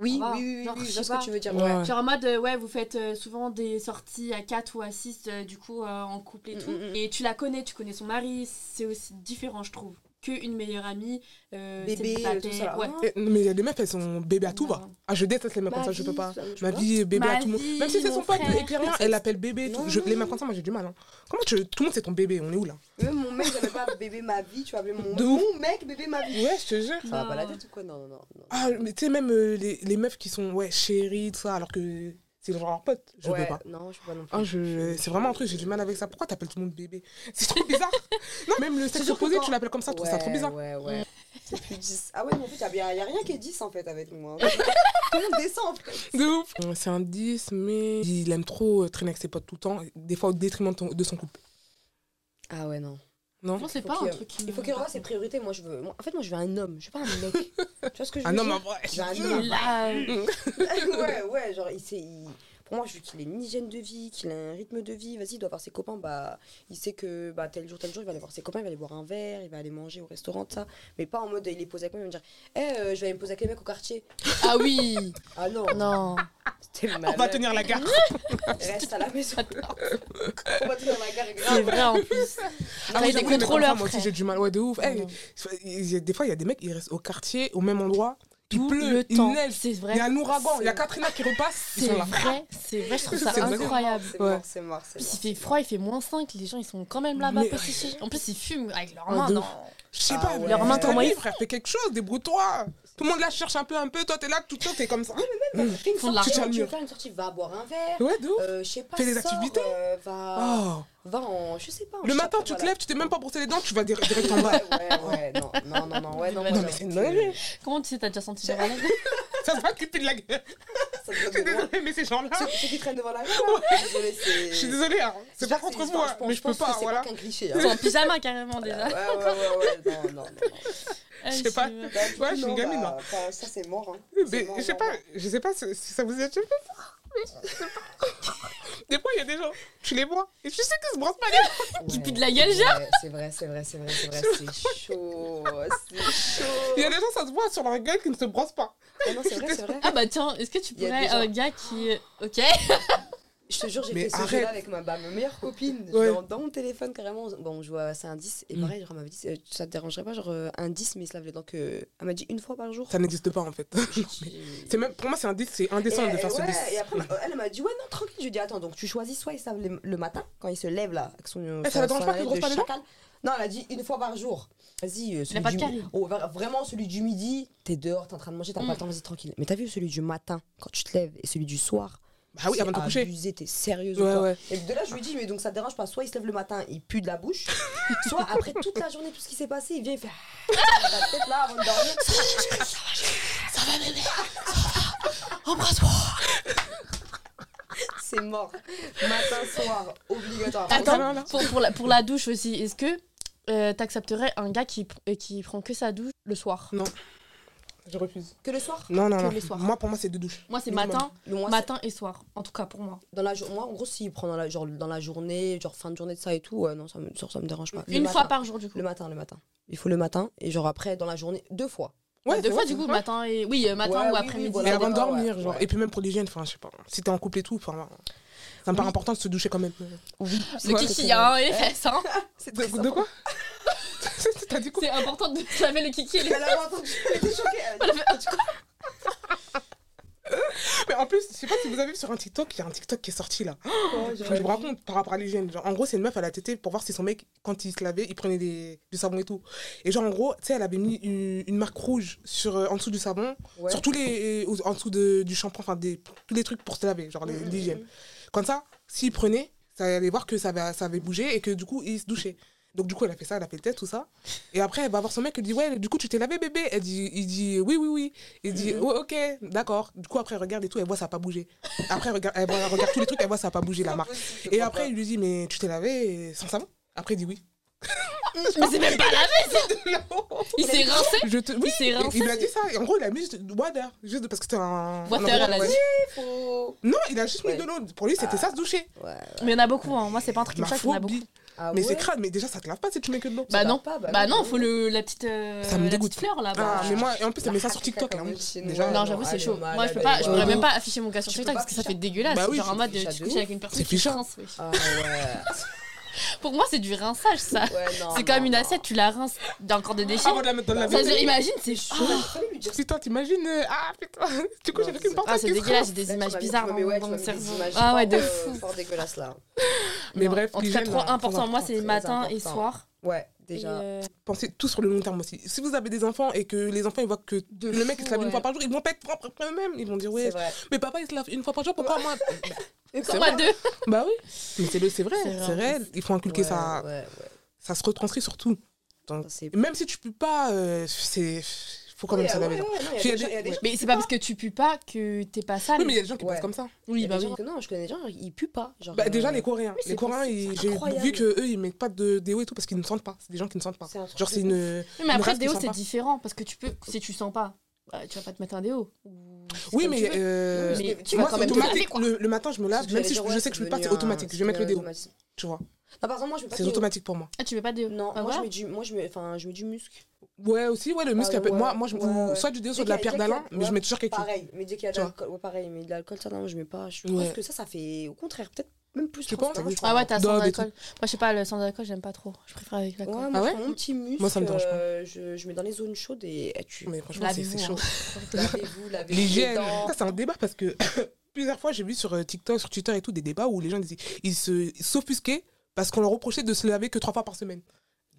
B: Oui,
C: Ah,
B: oui, oui, oui,
C: genre,
B: oui,
C: je
B: je
C: sais
B: vois ce
C: pas.
B: que tu veux dire.
A: Ouais,
B: ouais.
A: ouais.
C: Genre en mode, euh, ouais, vous faites euh, souvent des sorties à 4 ou à 6, euh, du coup, euh, en couple et
B: Mm,
C: tout.
B: mm, mm.
C: Et tu la connais, tu connais son mari, c'est aussi différent, je trouve, qu'une meilleure amie. euh,
B: Bébé,
C: célibataire,
B: tout ça.
C: ouais.
B: Ah,
A: Et- mais il y a des meufs, elles sont bébé à tout va.
C: Non.
A: Ah, je déteste les meufs comme
B: ma
A: ça, je peux
B: vie,
A: pas.
B: ça, tu
A: Ma
B: vois.
A: vie, bébé à
C: Ma
A: tout le monde.
C: vie,
A: Même si c'est
C: mon
A: son pote
C: frère.
A: éclairien, elle appelle bébé et tout.
B: Non,
A: Je-
B: non,
A: les
B: non.
A: meufs comme ça, moi j'ai du mal. hein. Comment tu, tout le monde c'est ton bébé, on est où là
B: Même mon mec, j'avais pas bébé ma vie, tu vois. Mais mon,
A: De ouf. Ah.
B: mon mec, bébé ma vie.
A: Ouais, je te jure.
B: Ça va pas la
C: Non.
B: tête ou quoi Non, non, non. non.
A: Ah, mais tu sais, même euh, les, les meufs qui sont ouais, chéries, tout ça, alors que c'est genre leur pote, je
B: ouais,
A: peux pas.
B: Non, je peux pas non plus.
A: Ah, je... C'est vraiment un truc, j'ai du mal avec ça. Pourquoi t'appelles tout le monde bébé C'est trop bizarre. non, même le sexe
B: surtout
A: opposé,
B: quand-
A: tu l'appelles comme ça, je trouve ça trop
B: Ouais,
A: bizarre.
B: Ouais, ouais. C'est plus 10. Ah ouais, mais en fait, y a, bien- y a rien qui est 10 en fait avec moi. Tout le monde descend en fait.
A: De ouf. C'est un 10, mais il aime trop euh, traîner avec ses potes tout le temps, des fois au détriment de, ton- de son couple.
B: Ah ouais, non.
A: Non
C: Moi, c'est
B: Faut
C: pas un
B: qu'il-
C: truc qui
B: Il
C: me-
B: faut qu'il revoie ses priorités. Moi, je veux. moi- en fait, moi, je veux un homme. Je veux pas un mec. tu vois ce que je veux
A: Un homme, hein. en
B: dire
A: vrai.
B: Je veux un homme.
C: Là, euh,
B: ouais, ouais, genre, il sait. il- Pour moi, je veux qu'il ait une hygiène de vie, qu'il ait un rythme de vie. Vas-y, il doit avoir ses copains. Bah, il sait que bah, tel jour, tel jour, il va aller voir ses copains, il va aller boire un verre, il va aller manger au restaurant, tout ça. Mais pas en mode, il est posé avec moi, il va me dire Eh, euh, je vais aller me poser avec les mecs au quartier.
C: Ah oui
B: Ah non,
C: Non
B: c'était
A: On va tenir la garde.
B: Reste à la maison. On va tenir la gare grave.
C: C'est vrai en plus.
A: Ah,
C: Ça,
A: oui,
C: il y a des
A: j'avoue, mais comme
C: contrôleurs,
A: ça, Moi aussi,
C: frère.
A: j'ai du mal. Ouais, de ouf. Hey,
C: Non.
A: il y a- des fois, il y a des mecs, ils restent au quartier, au même endroit. Il
C: Tout
A: pleut,
C: le
A: il
C: temps.
A: neige.
C: C'est
A: Il y
C: vrai.
A: a un ouragan, il y a
B: C'est-
A: Katrina qui repasse, ils
C: C'est
A: sont là.
C: vrai. C'est vrai, je trouve ça
A: C'est vrai.
C: incroyable.
B: C'est
A: Ouais.
B: mort, c'est mort,
C: En
B: c'est
C: plus, il
B: mort.
C: fait froid, il fait moins 5, les gens ils sont quand même là-bas,
A: Mais-
C: pas séchés. En plus, ils fument avec leurs
A: Ah,
C: mains.
A: de
C: non.
A: Je sais
B: Ah
A: pas,
B: ouais.
A: mais
B: Leur main,
A: ta
C: comment
A: vie,
C: ils-
A: frère, fais quelque chose, débrouille-toi. Tout le monde la cherche un peu, un peu. Toi, t'es là, tout le temps, t'es comme ça.
B: Fais une
C: Font de la
B: sortie,
A: rue.
B: tu veux faire une sortie, va boire un verre.
A: Ouais, de ouf.
B: Euh, je sais pas,
A: Fais des
B: sors,
A: activités.
B: euh, va,
A: Oh.
B: va en, je sais pas. en
A: Le matin,
B: chapeau,
A: tu te
B: voilà.
A: lèves, tu t'es même pas brossé les dents, tu vas dire- direct en bas.
B: Ouais, ouais, non, non, non, non, ouais, non, moi,
C: Non,
A: mais
B: j'avoue
A: c'est une
B: que-
A: dinguerie.
C: Comment tu sais, t'as déjà senti
B: J'ai-
C: le relais
A: Ça se va, Cupid la gueule.
B: ça te
A: Je suis
B: donne de
A: désolée, mais ces gens-là,
B: Ceux, ceux qui traînent devant la rue, là, désolé, c'est.
A: je suis désolée, hein. c'est pas
B: J'espère que
A: contre
B: une
A: moi,
B: histoire,
A: mais je peux
B: pense que
A: pas,
B: c'est
A: voilà.
B: pas qu'un cliché.
C: Ils sont
B: hein.
C: en pyjama carrément déjà.
B: Ouais, ouais, ouais, ouais, non, non, non. non.
C: Ah,
A: je sais pas.
B: Bah,
C: c'est-
B: du
A: Ouais,
B: coup,
A: je suis une
B: non,
A: gamine,
B: bah, bah, Ça, c'est mort. hein. C'est
A: Mais
B: mort,
A: je sais
B: mort,
A: pas,
B: mort.
A: je sais pas si si ça vous a déjà fait ça. mais je sais pas. Des fois, il y a des gens, tu les vois, et tu sais qu'ils se brossent pas les
C: Qui
B: Ouais,
C: pue de la gueule,
B: c'est vrai, C'est vrai, c'est vrai, c'est vrai, c'est vrai, c'est chaud. C'est chaud.
A: Il y a des gens, ça se voit sur leur gueule qu'ils ne se brossent pas.
B: Ah non, c'est vrai, c'est vrai.
C: Ah bah tiens, est-ce que tu
B: Il y a
C: pourrais
B: des
C: un
B: gens-
C: gars qui OK
B: Je te jure, j'ai
A: Mais
B: fait ce
A: arrête.
B: jeu-là avec ma, bah, ma meilleure copine. Je
A: Ouais.
B: l'ai en- dans mon téléphone, carrément. on- Bon, on joue à c'est un 10. Et
A: Mm.
B: pareil, genre, elle m'avait dit, euh, ça te dérangerait pas, genre, euh, un 10, mais il se lave les dents que. Elle m'a dit une fois par jour.
A: Ça n'existe pas en fait. C'est même, pour moi, c'est un dix- c'est
B: Et,
A: indécent de
B: euh,
A: faire ce
B: ouais,
A: dix.
B: et après, elle elle m'a dit, ouais, non, tranquille. Je lui ai dit, attends, donc tu choisis soit il se lave les- le matin, quand il se lève là, avec son.
A: Eh, ça
B: son-
A: la dérange pas
B: son
A: qu'il
B: arête
A: brosse
B: de
A: pas les dents
B: chacal. Non, elle a dit une fois par jour. Vas-y, euh, celui
C: pas de
B: du-
C: carie.
B: oh, va- Vraiment, celui du midi, t'es dehors, t'es en train de manger, t'as
C: Mm.
B: pas le temps, vas-y, tranquille. Mais t'as vu celui du matin, quand tu te lèves, et celui du soir
A: Bah oui,
B: c'est
A: avant de te coucher.
B: abusé, t'es sérieuse ou
A: Ouais,
B: quoi
A: ouais.
B: Et de là, je lui dis, mais donc ça te dérange pas. Soit il se lève le matin, il pue de la bouche, soit après toute la journée, tout ce qui s'est passé, il vient, il fait. Ah, La tête là avant de dormir.
C: Embrasse-moi.
B: C'est mort. Matin, soir, obligatoire.
A: Attends, là, là.
C: Attends, pour, pour la, pour la douche aussi, est-ce que euh, t'accepterais un gars qui, pr- euh, qui prend que sa douche le soir
A: Je refuse.
B: Que le soir
A: Non, non,
C: Que
A: non.
C: les soirs.
A: Moi, pour moi, c'est deux douches.
C: Moi c'est
A: Minimum.
C: matin,
B: Le mois,
C: matin et soir, en tout cas pour moi.
B: c'est- dans la jour- Moi, en gros, s'il prend dans la, genre, dans la journée, genre fin de journée de ça et tout, ouais, non, ça me, ça, ça me dérange pas. Le
C: Une
B: matin.
C: fois par jour du coup.
B: Le matin, le matin. Il faut le matin, et genre après, dans la journée, deux fois.
A: Ouais,
C: Deux
A: ouais,
C: fois du
A: ouais.
C: coup, matin et oui, euh, matin
B: Ouais,
C: ou
B: oui,
C: après-midi.
B: oui,
A: Et
B: voilà.
C: ça
A: avant de
C: dépend.
A: dormir,
B: ouais,
A: genre.
B: ouais.
A: Et puis même pour l'hygiène, enfin, je sais pas. Si t'es en couple et tout, enfin. Ça me paraît important de se doucher quand même.
B: Oui,
C: Le kiki, hein, et les fesses, hein.
B: C'est
A: De,
B: très
A: de quoi T'as dit quoi
C: C'est important de laver le kiki et les
B: Elle avait entendu, elle était choquée. Elle a dit,
A: Mais en plus, je sais pas si vous avez vu sur un TikTok, il y a un TikTok qui est sorti là.
B: quoi,
A: Faut que je vous
B: oh, genre,
A: raconte par rapport à l'hygiène. Genre, en gros, c'est une meuf, elle a tété pour voir si son mec, quand il se lavait, il prenait des, du savon et tout. Et genre, en gros, tu sais, elle avait mis une, une marque rouge sur, euh, en dessous du savon,
B: ouais.
A: sur tous les, euh, aux- en dessous de- du shampoing, enfin, des- tous les trucs pour se laver, genre les-
B: Mhm,
A: l'hygiène. Comme ça, s'il prenait, ça allait voir que ça avait, ça avait bougé et que du coup, il se douchait. Donc, du coup, elle a fait ça, elle a fait le test, tout ça. Et après, elle va voir son mec, elle dit Ouais, du coup, tu t'es lavé, bébé elle dit, Il dit Oui, oui, oui. Il dit Ouais, ok, d'accord. Du coup, après, elle regarde et tout, elle voit, ça n'a pas bougé. Après, elle regarde, elle voit- elle regarde tous les trucs, elle voit, ça n'a pas bougé, la marque.
B: Impossible, je
A: Et
B: crois
A: après,
B: pas.
A: il lui dit, mais tu t'es lavé sans savon Après, il dit oui.
C: Mais c'est même pas lavé, il s'est rincé.
A: je te... Oui,
C: Il s'est rincé.
A: il lui a dit ça. Et en gros, il a mis juste water, juste parce que c'était un...
C: Water,
A: un-
C: elle a dit.
B: Faux.
A: Non, il a juste mis
B: Ouais.
A: de l'eau. Pour lui, c'était ça, se doucher.
B: Ouais.
C: Mais il y en a beaucoup, hein. moi c'est pas un truc
A: Ma
C: comme ça qu'il y en a beaucoup.
A: phobie.
B: Ah
A: Mais
B: ouais
A: c'est crade, mais déjà, ça te lave pas si tu mets que de l'eau.
C: Bah
B: Ça
C: non,
B: va pas, bah
C: bah
B: non.
C: non, faut le, la petite, euh,
A: Ça me
C: la
A: dégoûte.
C: petite fleur là.
A: Ah,
C: bah.
A: mais moi, et en plus, elle met ça sur
B: Ah,
A: TikTok.
B: comme
A: hein.
B: le chinois.
A: Déjà,
C: non,
B: Ah, non,
C: j'avoue, c'est
B: allez,
C: chaud.
B: mal,
C: Moi, je peux
B: allez,
C: pas, je
B: mal.
C: pourrais même pas afficher mon cas sur
B: Tu peux
C: TikTok
B: pas
C: parce que ça
B: afficher.
C: fait dégueulasse.
A: Bah oui,
C: genre en
A: c'est
C: mode,
B: fichage
C: tu
B: de
C: couches
B: ouf.
C: avec une personne
A: C'est
C: qui te
A: fichage.
C: rince, oui.
B: Ah ouais.
C: Pour moi, c'est du rinçage, ça.
B: ouais non,
C: C'est comme
B: non,
C: une
B: non.
C: assiette, tu la rinces d'un corps de déchets.
A: Avant de la mettre dans la
B: Bah,
C: Ah, Ça,
A: vaisselle.
C: je- imagine, c'est chaud.
B: Ouais, fallait lui dire ça.
A: Putain, t'imagines euh, Ah, putain. Du coup,
B: Non,
A: j'ai avec
B: c'est-
A: une porte
C: Ah, c'est dégueulasse, j'ai des
B: Là, tu
C: images
B: m'as mis-
C: bizarres
B: tu m'as mis- ouais,
C: dans
B: tu
C: dans
B: m'as
C: mon
B: mis
C: cerveau.
B: des images
C: Ah ouais, de
B: fort, euh,
C: fou.
B: Fort dégueulasse là.
A: Mais
C: Non,
A: bref,
C: en tout cas,
A: l'hygiène,
C: trop
A: là, faut
C: important.
A: voir.
C: Moi, c'est
B: Très
C: matin et
B: important.
C: soir.
B: Ouais,
C: Et,
B: déjà.
C: euh,
A: Pensez tout sur le long terme aussi. Si vous avez des enfants et que les enfants, ils voient que
C: de
A: le mec,
C: fou,
A: il se lave une
C: ouais.
A: fois par jour, ils vont pas être propres après eux-mêmes. Ils vont dire,
B: C'est
A: ouais,
B: vrai.
A: mais papa, il se lave une fois par jour, pourquoi moi
C: Comme à deux.
A: Bah oui, mais c'est le- c'est vrai,
C: C'est vrai,
A: c'est
C: en
A: réel. Il faut inculquer
B: Ouais,
A: ça.
B: ouais, ouais.
A: Ça se retranscrit surtout.
B: Attends, c'est-
A: Et Même si tu peux pas, euh, c'est faut quand même
B: Ouais,
A: se laver.
B: ouais,
A: les dents.
B: ouais, non, ah il y a
A: Puis
B: des
A: il y a
B: gens- il y a des
A: des-
B: gens-
C: Mais c'est pas parce que tu pues pas que t'es pas sale.
A: Oui, mais il y a des gens qui
B: Ouais.
A: passent comme ça.
B: il y
C: Oui,
B: a
C: bah
B: des
C: oui.
B: gens que non, je connais des gens, ils puent pas. genre,
A: Bah, déjà
B: euh,
A: les Coréens,
B: oui, c'est
A: les Coréens,
B: possible,
A: ils-
B: c'est
A: j'ai
B: incroyable.
A: vu que eux ils mettent pas de déo et tout parce qu'ils ne sentent pas. C'est des gens qui ne sentent pas.
B: C'est un truc
A: Genre
B: de
A: c'est
B: ouf.
A: une.
C: Oui, mais
A: Une
C: après,
A: race
C: le
A: qui
C: déo,
A: sent
C: c'est
A: pas.
C: différent parce que tu peux, si tu sens pas, bah, tu vas pas te mettre un déo. Ou- c'est
A: Oui
C: comme tu
A: mais,
C: veux.
A: euh,
C: Mais tu vas
A: moi
C: quand
A: c'est
C: même te laver,
A: automatique.
C: quoi.
A: Le, le matin je me
B: C'est ce
A: lave,
B: que
A: même
B: j'allais
A: si je,
B: dire,
A: je
B: ouais,
A: sais que je
B: c'est
A: peux pas, c'est
B: devenu un-
A: automatique. Je
B: c'est
A: vais mettre le
B: devenu
A: déo,
B: un automatisme.
A: tu vois.
B: Non, par exemple, moi je mets pas
A: C'est
B: de déo.
A: automatique pour moi.
C: Ah, tu mets pas de déo
B: Non,
C: Bah,
B: moi je
C: voilà.
B: mets du, moi je mets, enfin je mets du muscle.
A: Ouais aussi, ouais le muscle.
B: ouais,
A: appelle- Moi, moi je-
B: ouais, ouais.
A: ou soit du déo, soit de
B: Dès
A: la
B: qu'il y a-
A: pierre
B: dès qu'il y a-
A: d'Alain, mais je
B: ouais,
A: mets toujours quelque chose.
B: Pareil, mais dès qu'il y a de
A: Tu vois.
B: l'alcool, ouais, pareil, mais de l'alcool ça non, je mets pas. Je
A: Ouais.
B: pense que ça, ça fait au contraire peut-être même plus.
A: Tu penses
B: transparent, je
A: Ah
C: Ah ouais, t'as sans
A: Dob et tout.
C: alcool. Moi, je sais pas, le sans alcool, j'aime pas trop. Je préfère avec
B: Ouais,
C: l'alcool.
B: moi,
A: Ah ouais
B: je prends mon petit muscle.
A: Moi, ça me dérange pas.
B: euh, je, je mets dans les zones chaudes et eh, tu.
A: Mais franchement c'est
C: Lavez-vous,
A: c'est
C: hein.
A: chaud.
B: Lavez-vous, lavez-vous. les
A: L'hygiène.
B: dents.
A: Ça, c'est un débat parce que plusieurs fois, j'ai vu sur euh, TikTok, sur Twitter et tout, des débats où les gens disaient ils se ils s'offusquaient parce qu'on leur reprochait de se laver que trois fois par semaine.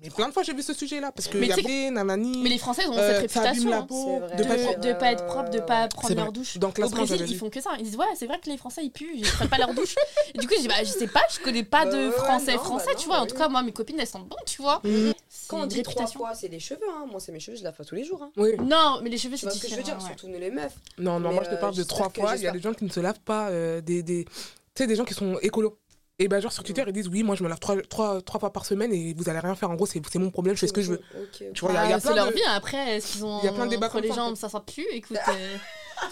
A: Mais plein de fois, j'ai vu ce sujet-là. Parce que
C: Mais
A: y
C: tu sais
A: avait Nanani.
C: Mais les Français, ils ont
A: euh,
C: cette
A: ça abîme
C: réputation.
A: la
C: hein,
A: peau. De
B: C'est vrai. Euh,
A: pas
B: Ouais,
A: être-
C: De, de pas être propre, de pas
A: C'est
C: prendre
A: vrai.
C: leur douche.
A: Dans le
C: Au
A: classement,
C: Brésil,
A: j'avais
C: ils
A: vu.
C: font que ça. Ils disent ouais, c'est vrai que les Français ils puent, ils prennent pas leur douche. Et du coup, je dis bah je sais pas, je connais pas
B: Bah
C: de
B: ouais,
C: Français
B: non, bah
C: français, tu
B: non,
C: vois.
B: bah
C: en tout
B: oui.
C: cas, moi mes copines elles sentent bon, tu vois.
A: Mhm.
C: C'est
B: Quand on
C: une
B: dit trois
C: réputation.
B: fois, c'est les cheveux. Hein. Moi, c'est mes cheveux, je la fais tous les jours. Hein.
A: Oui.
C: Non, mais les cheveux
B: Tu
C: c'est
B: vois ce que je veux
C: différent.
B: dire
C: ouais.
B: Surtout nous les meufs.
A: Non, non,
B: Mais,
A: moi je te
B: euh,
A: parle de
B: j'espère
A: trois
B: que-
A: fois. Il y a
B: j'espère.
A: des gens qui ne se lavent pas, euh, des, des, tu sais, des gens qui sont écolos. Et ben genre sur Twitter, ils disent oui, moi je me lave trois, trois, trois fois par semaine et vous allez rien faire. En gros, c'est c'est mon problème, je fais ce que je veux.
B: Ok, ok.
A: Tu vois, il y a- il y a
C: Ah,
A: plein
C: c'est leur
A: de-
C: vie hein, après. Est-ce qu'ils ont
A: Il y a plein de débats
C: entre les
A: comme ça, en
C: jambes, ça sent plus. Écoute, euh,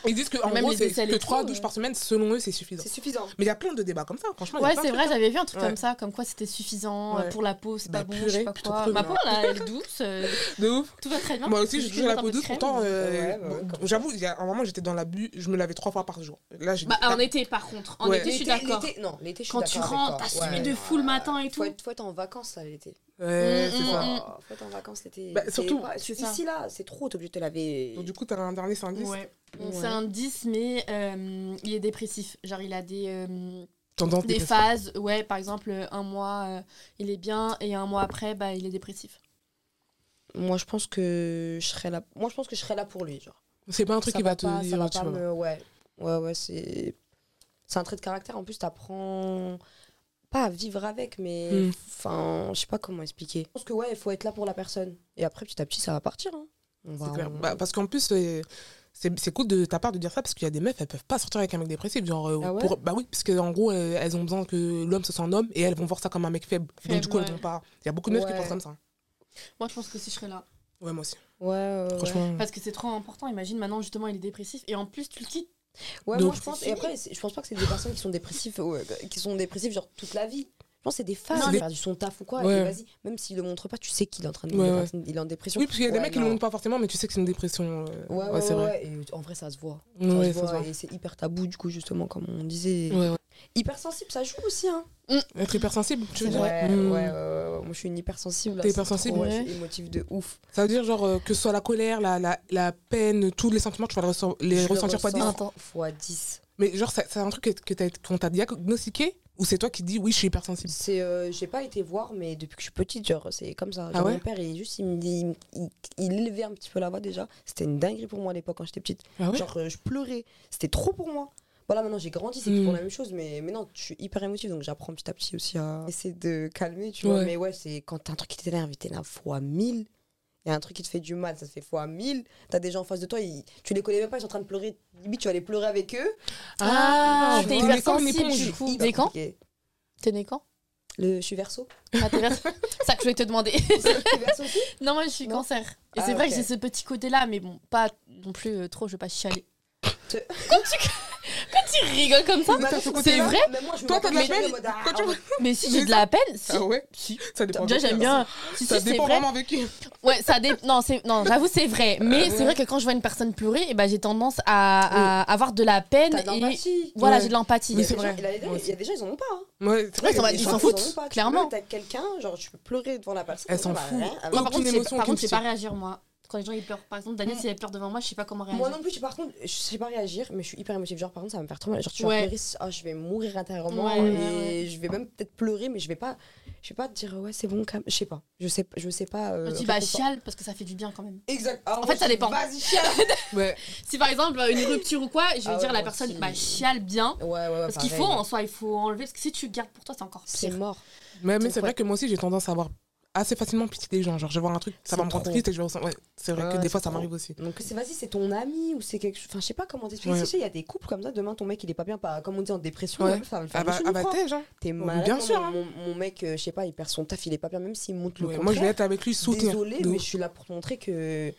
A: Ils disent que en
C: Même
A: gros,
C: les
A: c'est
C: aisselles
A: que
C: et
A: trois
C: tout,
A: douches
C: euh.
A: par semaine, selon eux, c'est suffisant.
B: C'est suffisant.
A: Mais il y a plein de débats comme ça, franchement. il y a
C: ouais,
A: plein de
C: c'est
A: trucs.
C: vrai, j'avais vu un truc
A: Ouais.
C: comme ça, comme quoi c'était suffisant euh,
A: Ouais.
C: pour la peau, c'est
A: Bah,
C: pas bon, je
A: purée,
C: sais pas
A: tu te
C: quoi.
A: trouves
C: Ma
A: bien.
C: peau là, elle est douce, euh,
A: De ouf.
C: tout va très bien.
A: Moi aussi, j'ai
C: Je
A: toujours
C: mets
A: la
C: pas
A: peau
C: de
A: douce.
C: crème.
A: Pourtant, euh,
B: Ouais, bah ouais,
A: bon,
B: comme ça.
A: j'avoue, il y a un moment, j'étais dans l'abus, je me lavais trois fois par jour. Là, j'ai
C: Bah,
B: ah,
A: dit,
C: en été, par contre. En
A: Ouais.
C: été, je suis
B: L'été-
C: d'accord.
B: l'été- Non, l'été, je suis
C: Quand
B: d'accord.
C: tu
B: avec toi.
C: rentres, t'as sué
B: Ouais.
C: de fou le matin et tout.
B: Faut être, faut être en vacances là l'été.
A: Ouais, c'est
C: Mm,
A: ça.
C: mm,
B: Oh, faut être en vacances l'été.
A: Bah,
B: C'est
A: surtout,
B: pas-
C: c'est ça.
B: Ici là, c'est trop, t'es obligé de te laver.
A: Donc, du coup, t'as un dernier indice.
C: Ouais.
B: Ouais.
C: C'est un 10, mais euh, il est dépressif. Genre, il a des, euh,
A: Tendance
C: des
A: dépressive.
C: phases. Ouais, par exemple, euh, un mois, euh, il est bien, et un mois après, bah, il est dépressif.
B: Moi, je pense que je serais là. Moi, je pense que je serais là pour lui, genre.
A: C'est pas un truc
B: Ça
A: qui va te
B: pas- Ça
A: dire.
B: va
A: tu
B: pas
A: vois.
B: me... Ouais, ouais, ouais. C'est, c'est un trait de caractère. En plus, t'apprends pas à vivre avec, mais
A: Hmm.
B: enfin, je sais pas comment expliquer. Je pense que ouais, il faut être là pour la personne. Et après, petit à petit, ça va partir. hein. On va.
A: C'est clair.
B: on-
A: Bah, parce qu'en plus, euh, c'est c'est cool de ta part de dire ça parce qu'il y a des meufs, elles peuvent pas sortir avec un mec dépressif. Genre, euh,
B: Ah ouais
A: pour- bah oui, parce que en gros, euh, elles ont besoin que l'homme se sent un homme et elles vont voir ça comme un mec faible. Donc,
C: Faible,
A: du coup, elles
C: ouais.
A: vont pas. Il y a beaucoup de meufs qui
B: Ouais.
A: pensent comme ça.
C: Moi, je pense que si je serais là.
A: Ouais, moi aussi.
B: Ouais, ouais, ouais.
A: Franchement.
C: Parce que c'est trop important. Imagine maintenant, justement, il est dépressif, et en plus, tu le quittes.
B: Ouais,
A: Donc-
B: moi je pense. Et après, c'est- je pense pas que c'est des personnes qui sont dépressives, ouais, qui sont dépressives genre toute la vie. Je pense que c'est des phases.
A: Non,
B: il
A: mais-
B: perd du son taf ou quoi.
A: Ouais.
B: Et vas-y, même s'il le montre pas, tu sais qu'il est en train de.
A: Ouais,
B: il est en
A: ouais.
B: train de- Il est en dépression.
A: Oui, parce qu'il y a des
B: Ouais,
A: mecs qui ne
B: non.
A: l'ont pas forcément, mais tu sais que c'est une dépression. euh,
B: Ouais, ouais,
A: c'est
B: ouais,
A: vrai.
B: ouais, Et en vrai, ça se voit. Ça
A: Ouais,
B: se
A: ça
B: voit,
A: se voit.
B: Et c'est hyper tabou, du coup, justement, comme on disait.
A: Ouais, ouais.
B: Hypersensible, ça joue aussi, hein.
A: Être hypersensible, tu veux
B: Ouais,
A: dire
B: ouais,
A: Mm.
B: ouais, ouais, ouais. Moi, je suis une hypersensible. là,
A: T'es
B: c'est
A: hypersensible,
B: trop- ouais,
C: ouais.
B: Je suis émotive de ouf.
A: Ça veut dire, genre, euh, que ce soit la colère, la, la, la peine, tous les sentiments, tu vas le ressor- les
B: Je le
A: ressentir fois 10.
B: ressens fois 10.
A: Mais, genre, ça- c'est un truc que- que t'as- qu'on t'a diagnostiqué ou c'est toi qui dis oui, je suis hypersensible
B: C'est, euh, j'ai pas été voir, mais depuis que je suis petite, genre, c'est comme ça. Genre,
A: Ah ouais
B: mon père, il juste, il me dit, il, il- il élevait un petit peu la voix déjà. C'était une dinguerie pour moi à l'époque quand j'étais petite.
A: Ah ouais
B: Genre, euh, je pleurais. C'était trop pour moi. Voilà, maintenant j'ai grandi, c'est plus pour
A: Hmm.
B: la même chose, mais, mais non, je suis hyper émotive, donc j'apprends petit à petit aussi à essayer de calmer, tu vois.
A: Ouais.
B: Mais ouais, c'est quand t'as un truc qui t'énerve, il t'énerve fois 1000. Il y a un truc qui te fait du mal, ça te fait fois 1000. T'as des gens en face de toi, ils- tu les connais même pas, ils sont en train de pleurer. Limite, tu vas aller pleurer avec eux.
C: Ah,
A: tu
C: t'es
A: vois. comme une
C: hypersensible, du
A: éponge.
C: coup.
B: Hyper
C: T'es quand
B: compliqué.
C: T'es né quand
B: Le, Je suis verso.
C: Ah, t'es verte. C'est ça que je voulais te demander.
B: verso aussi
C: non, moi, je suis
B: Non.
C: cancer. Et
B: Ah,
C: c'est vrai
B: ok.
C: que j'ai ce petit côté-là, mais bon, pas non plus euh, trop, je vais pas chialer. quand,
B: Te-
C: tu... quand tu rigoles comme ça,
A: T'as ce
C: c'est
A: côté-là
C: vrai,
B: Même moi, je me
A: Toi, t'as de la
B: rappelle,
A: peine
B: en mode, ah,
A: Quand tu-
B: ouais.
C: mais si
A: C'est
C: j'ai de la peine, si.
A: Ah ouais
C: si.
A: Ça dépend.
C: Déjà,
A: avec qui,
C: j'aime
A: alors.
C: bien. Si,
A: Ça
C: si, c'est
A: dépend
C: vrai.
A: vraiment avec qui.
C: Ouais, ça dé... Non, c'est... non j'avoue, c'est vrai.
A: ouais.
C: Mais c'est vrai que quand je vois une personne pleurer, eh ben, j'ai tendance à, à avoir de la peine.
B: T'as de
C: et
B: l'empathie.
C: Voilà,
A: Ouais.
C: j'ai de l'empathie.
A: Oui,
B: Il y a
A: c'est
B: des
A: vrai.
B: gens- il y a des-
A: Ouais,
B: Il y a des gens, ils en ont pas. hein.
A: Ouais, c'est vrai,
C: Ouais, ça va,
A: il y a
C: ils
A: des
C: s'en
A: gens-
B: gens,
C: foutent,
B: en ont pas. Tu
C: clairement.
B: pleures, T'as quelqu'un, genre, tu peux pleurer devant la personne.
A: Elles s'en
B: bah,
A: foutent.
B: rien. Ah bah,
C: Moi,
A: Aucune
C: par contre, je sais-
A: émotion
C: par
A: qui me
C: contre, je sais pas
A: tire.
C: réagir, moi. Quand les gens ils pleurent, par exemple, Daniel, si elle pleure devant moi, je sais pas comment réagir.
B: Moi non plus, tu- par contre, je sais pas réagir, mais je suis hyper émotive. Genre, par contre, ça va me faire trop mal. Genre, tu
C: Ouais.
B: vas pleurer, c'est- ah, je vais mourir intérieurement
C: Ouais, ouais,
B: et
C: ouais.
B: je vais même peut-être pleurer, mais je vais pas, je vais pas te dire ouais, c'est bon, calme. Je sais pas, je sais, je sais pas. euh,
C: Je dis,
B: en
C: bah,
B: fait,
C: chiale, parce que ça fait du bien quand même.
B: Exact. Ah,
C: En
B: moi,
C: fait, ça
B: je dis,
C: dépend.
B: Vas-y, chiale.
A: Ouais.
C: Si par exemple une rupture ou quoi, je vais
B: Ah ouais,
C: dire à la
B: moi
C: personne,
B: aussi.
C: bah chiale bien.
B: Ouais, ouais, ouais.
C: Parce qu'il
B: pareil.
C: faut en soi, il faut enlever. Parce que si tu gardes pour toi, c'est encore
B: C'est
C: pire.
B: mort.
A: Mais, mais
B: Donc,
A: c'est vrai
B: ouais.
A: que moi aussi, j'ai tendance à avoir assez facilement pitié des gens. Genre, je vais voir un truc, ça va
B: C'est
A: me rendre
B: trop.
A: triste et je vais ressentir. Ouais, c'est vrai
B: Ouais,
A: que des
B: c'est
A: fois, ça
B: trop.
A: m'arrive aussi.
B: Donc c'est vas-y, c'est ton ami ou c'est quelque chose. Enfin, je sais pas comment t'expliquer.
A: Ouais.
B: Tu sais, il y a des couples comme ça. Demain, ton mec, il est pas bien, pas comme on dit en dépression.
A: Ouais.
B: la meuf, ça va le faire
A: Ah bah,
B: une
A: ah
B: chenille,
A: bah
B: quoi.
A: t'es, genre.
B: T'es
A: Bien
B: malade. non,
A: sûr,
B: mais
A: hein.
B: Mon, mon mec, euh, je sais pas, il perd son taf, il est pas bien, même s'il monte le
A: Ouais,
B: contraire.
A: moi, je vais être avec lui, soutenir.
B: Désolée,
A: de
B: mais
A: ouf.
B: je suis là pour te montrer que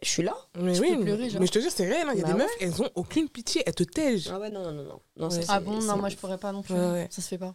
B: je suis là.
A: Mais
C: tu
A: oui,
C: peux pleurer,
A: mais-
C: genre.
A: mais je te jure, c'est réel. hein. Il y a
B: Bah
A: des meufs, elles ont aucune pitié, elles te tègent.
B: Ah ouais, non, non, non, non. non
A: Ouais.
B: ça,
C: Ah
B: c'est-
C: bon,
B: c'est
C: non, moi
B: mort.
C: je pourrais pas non plus.
A: Ouais, ouais.
C: Ça se fait pas.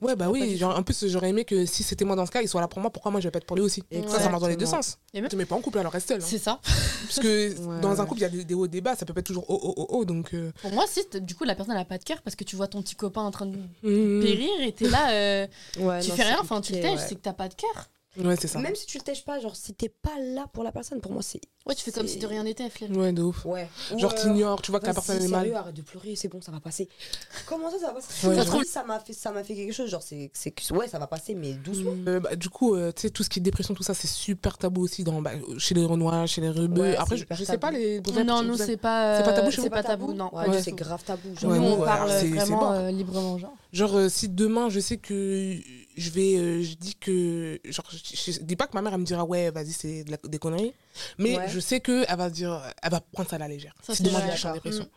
A: Ouais, bah
C: pas
A: oui.
C: du
A: Genre, en plus, j'aurais aimé que si c'était moi dans ce cas, il soit là pour moi. Pourquoi moi, je vais pas être pour lui aussi Ça, ça
B: Exactement.
A: marche dans les deux sens.
C: Et même-
A: Tu mets pas en couple, alors reste seul. hein.
C: C'est ça.
A: Parce que
B: Ouais,
A: dans un
B: ouais.
A: couple, il y a des, des hauts débats, ça peut pas être toujours oh oh oh oh. Donc. euh,
C: Pour moi, si t- du coup la personne elle a pas de cœur parce que tu vois ton petit copain en train de
A: hmm.
B: Mmh.
C: périr et t'es là, euh,
B: Ouais,
C: tu
B: non,
C: fais
B: c'est
C: rien, enfin tu le
B: compliqué,
C: tèches, c'est que t'as pas de cœur.
A: Ouais, c'est ça.
B: Même si tu le tèches pas, genre si t'es pas là pour la personne, pour moi c'est.
C: Ouais, tu fais comme si de rien n'était, Flair.
A: Ouais, de ouf.
B: Ouais.
A: Genre,
B: Ou, euh,
A: t'ignores, tu vois que la
B: vas-y,
A: personne est
B: sérieux, hein.
A: mal.
B: Arrête de pleurer, c'est bon, ça va passer. Comment ça, ça va passer
A: Ouais,
B: Ça se
A: je-
B: trouve, ça m'a fait, ça m'a fait quelque chose. Genre, c'est, c'est, que- ouais, ça va passer, mais doucement.
A: Euh, bah, du coup, euh, tu sais, tout ce qui est dépression, tout ça, c'est super tabou aussi dans, bah, chez les Renois, chez les Rebeux.
B: Ouais,
A: Après,
B: c'est
A: je,
B: hyper
A: je sais pas
B: tabou.
A: les.
C: Non, nous, c'est pas.
A: C'est pas tabou
C: euh,
A: chez
C: C'est
A: vous
C: pas tabou, non.
B: Ouais,
A: Ouais.
B: c'est grave tabou.
C: Nous,
B: Genre,
A: Ouais,
C: on
A: nous, ouais,
C: parle
A: c'est- c'est
C: vraiment
A: mort.
C: euh, librement, genre.
A: Genre, euh, si demain, je sais que je vais. euh, je dis que. Genre, je, je dis pas que ma mère, elle me dira, ouais, vas-y, c'est de la- des conneries. Mais
B: Ouais.
A: je sais que elle va dire. Elle va prendre ça à la légère.
C: Ça,
A: si
C: c'est
A: demain,
C: vrai, Mm.
A: je suis en
B: d'accord. Mm.
A: dépression.